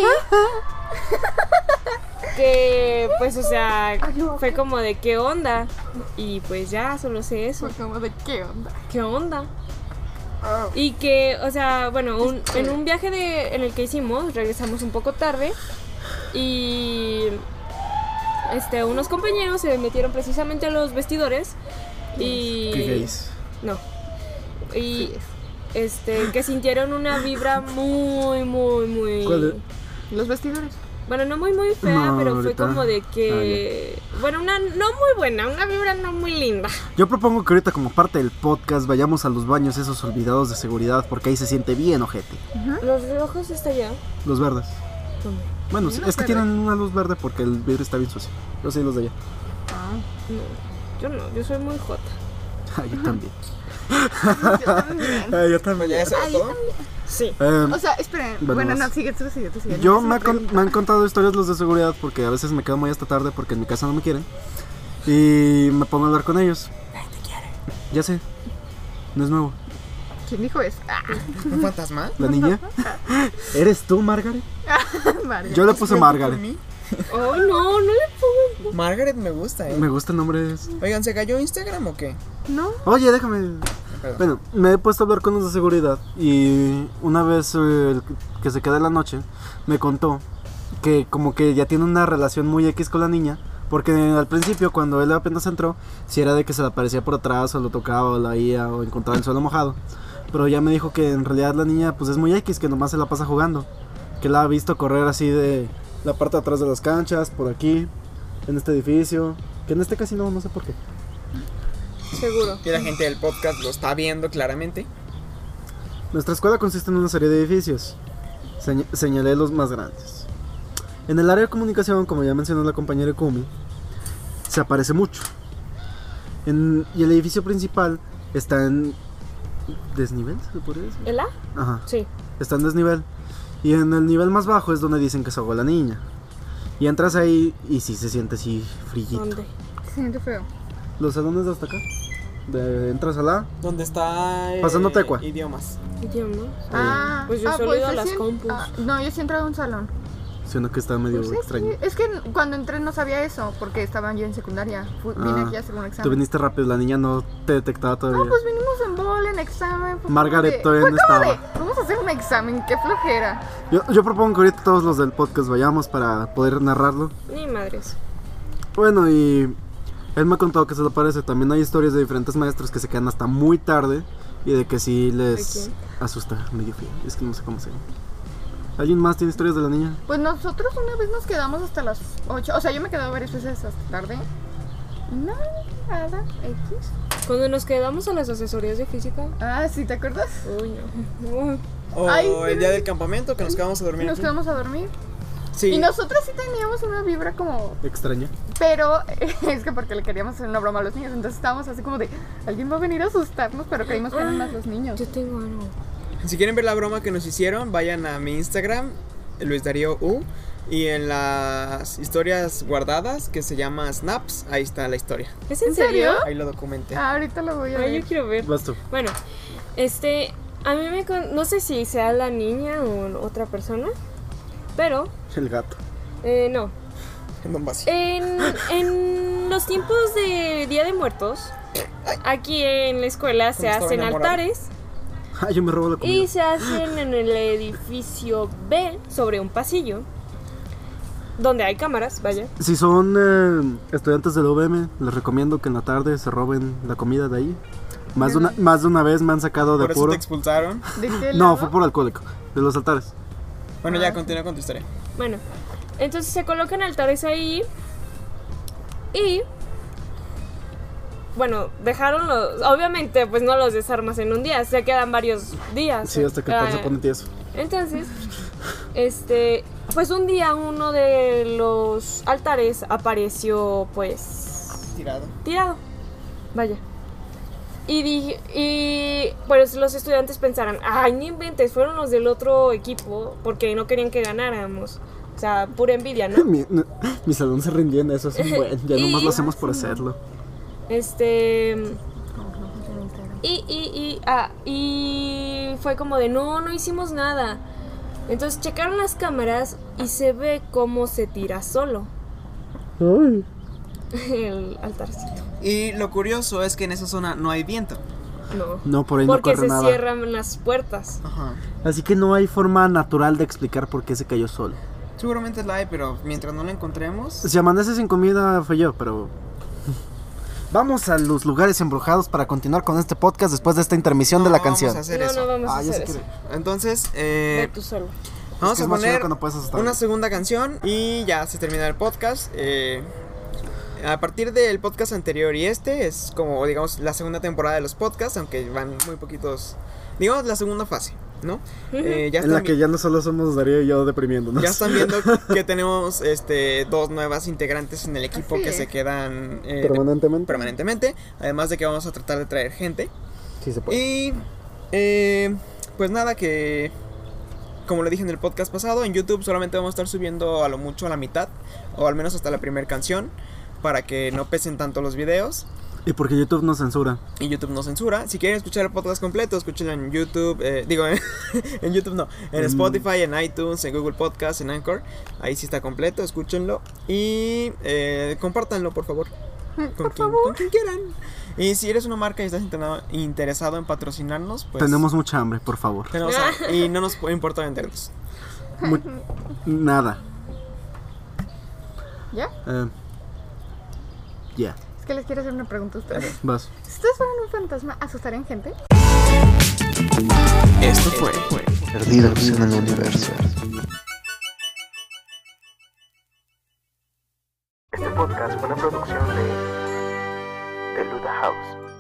que pues o sea, fue como de qué onda. Y pues ya, solo sé eso. Fue Pues como de qué onda. ¿Qué onda? Y que, o sea, bueno, un- en un viaje de- en el que hicimos, regresamos un poco tarde y este, unos compañeros se metieron precisamente a los vestidores y... ¿Qué gays? No. Y este, que sintieron una vibra muy, muy, muy... ¿Cuál Los vestidores. Bueno, no muy, muy fea, No, pero ahorita. Ah, fue como de que... bueno, una no muy buena, una vibra no muy linda. Yo propongo que ahorita como parte del podcast vayamos a los baños esos olvidados de seguridad porque ahí se siente bien ojete. Los rojos está allá. Los verdes. Bueno, Unos es que verdes. tienen una luz verde porque el vidrio está bien sucio. Yo sí los de allá. No, yo no, yo soy muy jota. Ah, yo también. Ah, yo Pues ya eso es todo. Sí. O sea, esperen. Bueno, Bueno, no, vas. sigue tú, sigue tú, sigue. Yo No sé me, si han con- me han contado historias los de seguridad porque a veces me quedo muy hasta tarde porque en mi casa no me quieren. Y me pongo a hablar con ellos. Ya sé. No es nuevo. ¿Quién dijo eso? Ah, ¿Un fantasma? ¿La niña? ¿Eres tú, Margaret? Margaret. Yo le puse Margaret. Oh, no, no le pongo. Margaret me gusta, eh. Me gusta el nombre. ese. Oigan, ¿se cayó Instagram o qué? No, Oye, déjame. Perdón. Bueno, me he puesto a hablar con los de seguridad y una vez eh, el que se queda en la noche me contó que como que ya tiene una relación muy X con la niña. Porque al principio, cuando él apenas entró, si era de que se le aparecía por atrás, o lo tocaba, o la oía, o encontraba el suelo mojado. Pero ya me dijo que en realidad la niña pues es muy X, que nomás se la pasa jugando. Que la ha visto correr así de la parte de atrás de las canchas, por aquí, en este edificio. Que en este casino no sé por qué. Seguro. Que la gente del podcast lo está viendo claramente. Nuestra escuela consiste en una serie de edificios. Señ- señalé los más grandes. En el área de comunicación, como ya mencionó la compañera Kumi, se aparece mucho. En- y el edificio principal está en desnivel, ¿se podría decir? ¿El A? Ajá, Sí. está en desnivel. Y en el nivel más bajo es donde dicen que se ahogó la niña. Y entras ahí y sí se siente así frillito. ¿Dónde? se siente feo. Los salones de hasta acá. De- entras a la... ¿Dónde está? eh, Pasando tecua. Idiomas. Idioma. Ah, Pues yo ah, solo he ido a las sí en- compus. ah, no, yo sí he entrado a un salón. Siendo que está medio Pues sí, extraño. sí, Es que cuando entré no sabía eso, porque estaba yo en secundaria. Fu- vine Ah, aquí a hacer un examen. Tú viniste rápido, la niña no te detectaba todavía. No, pues vinimos en bol, en examen. fue como Margaret de- todavía fue no como estaba. de, Vamos a hacer un examen, qué flojera. Yo, yo propongo que ahorita todos los del podcast vayamos para poder narrarlo. Ni madres. Bueno, y él me ha contado que se le parece. También hay historias de diferentes maestros que se quedan hasta muy tarde y de que sí les ¿De asusta medio feo. Es que no sé cómo se llama. ¿Alguien más tiene historias de la niña? Pues nosotros una vez nos quedamos hasta las 8. O sea, yo me quedé varias veces hasta tarde. No, nada, X. Cuando nos quedamos a las asesorías de física. Ah, sí, ¿te acuerdas? Uy, no. Uy. O Ay, el día del campamento que nos quedamos a dormir. Nos aquí. quedamos a dormir. Sí. Y nosotros sí teníamos una vibra como. Extraña. Pero es que porque le queríamos hacer una broma a los niños. Entonces estábamos así como de. Alguien va a venir a asustarnos, pero creímos que eran más los niños. Yo tengo algo. Si quieren ver la broma que nos hicieron, vayan a mi Instagram, Luis Darío U, Y en las historias guardadas, que se llama Snaps, ahí está la historia. ¿Es en serio? Ahí lo documenté. Ah, ahorita lo voy a Ay, ver. yo quiero ver. Vas tú. Bueno, este, a mí me... con- No sé si sea la niña o otra persona, pero, El gato. eh, no. En Donbass. En, en los tiempos de Día de Muertos, aquí en la escuela se Cuando estaba hacen enamorado. altares Ah, yo me robo la y comida. se hacen en el edificio B sobre un pasillo donde hay cámaras, vaya. Si son eh, estudiantes del UVM, les recomiendo que en la tarde se roben la comida de ahí. Más de una, más de una vez me han sacado de Por eso apuro. te expulsaron. ¿De qué No, lado? fue por alcohólico. De los altares. Bueno, ya continúa con tu historia. Bueno, entonces se colocan altares ahí y bueno, dejaron los obviamente pues no los desarmas en un día, se quedan varios días. Sí, hasta que el pan se Ah, pone tieso. Entonces, este, pues un día uno de los altares apareció pues Tirado. tirado. Vaya. Y dije, y pues los estudiantes pensaron, ay, ni inventes, fueron los del otro equipo porque no querían que ganáramos. O sea, pura envidia, ¿no? Mi, mi salón se rindió en eso, es un buen. Ya nomás Y- lo hacemos por hacerlo. Este. Y, y, y, ah, y fue como de no, no hicimos nada. Entonces checaron las cámaras y se ve cómo se tira solo. El altarcito. Y lo curioso es que en esa zona no hay viento. No. No, por ahí no Porque corre se nada. cierran las puertas. Ajá. Así que no hay forma natural de explicar por qué se cayó solo. Seguramente la hay, pero mientras no la encontremos. Si amanece sin comida, fue yo, pero. Vamos a los lugares embrujados para continuar con este podcast después de esta intermisión de no la vamos canción. a No, hacer eso. no vamos a Ah, ya hacer sé que. eso. Entonces, eh, Ve tú solo. vamos es que a es más chido poner cuando puedes asustar. una segunda canción y ya se termina el podcast. eh, a partir del podcast anterior y este es como, digamos, la segunda temporada de los podcasts, aunque van muy poquitos. Digamos, la segunda fase, ¿no? Eh, ya En la están que ya no solo somos Darío y yo deprimiéndonos. Ya están viendo que tenemos este, dos nuevas integrantes en el equipo Así que es. se quedan eh, de- Permanentemente. permanentemente. Además de que vamos a tratar de traer gente. Sí, se puede. Y eh, pues nada, que como lo dije en el podcast pasado, en YouTube solamente vamos a estar subiendo a lo mucho a la mitad, o al menos hasta la primera canción, para que no pesen tanto los videos. Y porque YouTube nos censura. Y YouTube no censura. Si quieren escuchar el podcast completo, escúchenlo en YouTube. eh, digo, en YouTube no. En Mm. Spotify, en iTunes, en Google Podcast, en Anchor. Ahí sí está completo, escúchenlo. Y eh, compártanlo, por favor. Con, quien, con quien quieran. Y si eres una marca y estás interna- interesado en patrocinarnos, pues. Tenemos mucha hambre, por favor. tenemos a- y no nos pu- importa vendernos. Mu- nada. ¿Ya? Eh, ya, Es que les quiero hacer una pregunta a ustedes. vas. Si ustedes fueran un fantasma, ¿asustarían gente? Esto fue Perdidos en el universo. Este podcast fue una producción de The Luda House.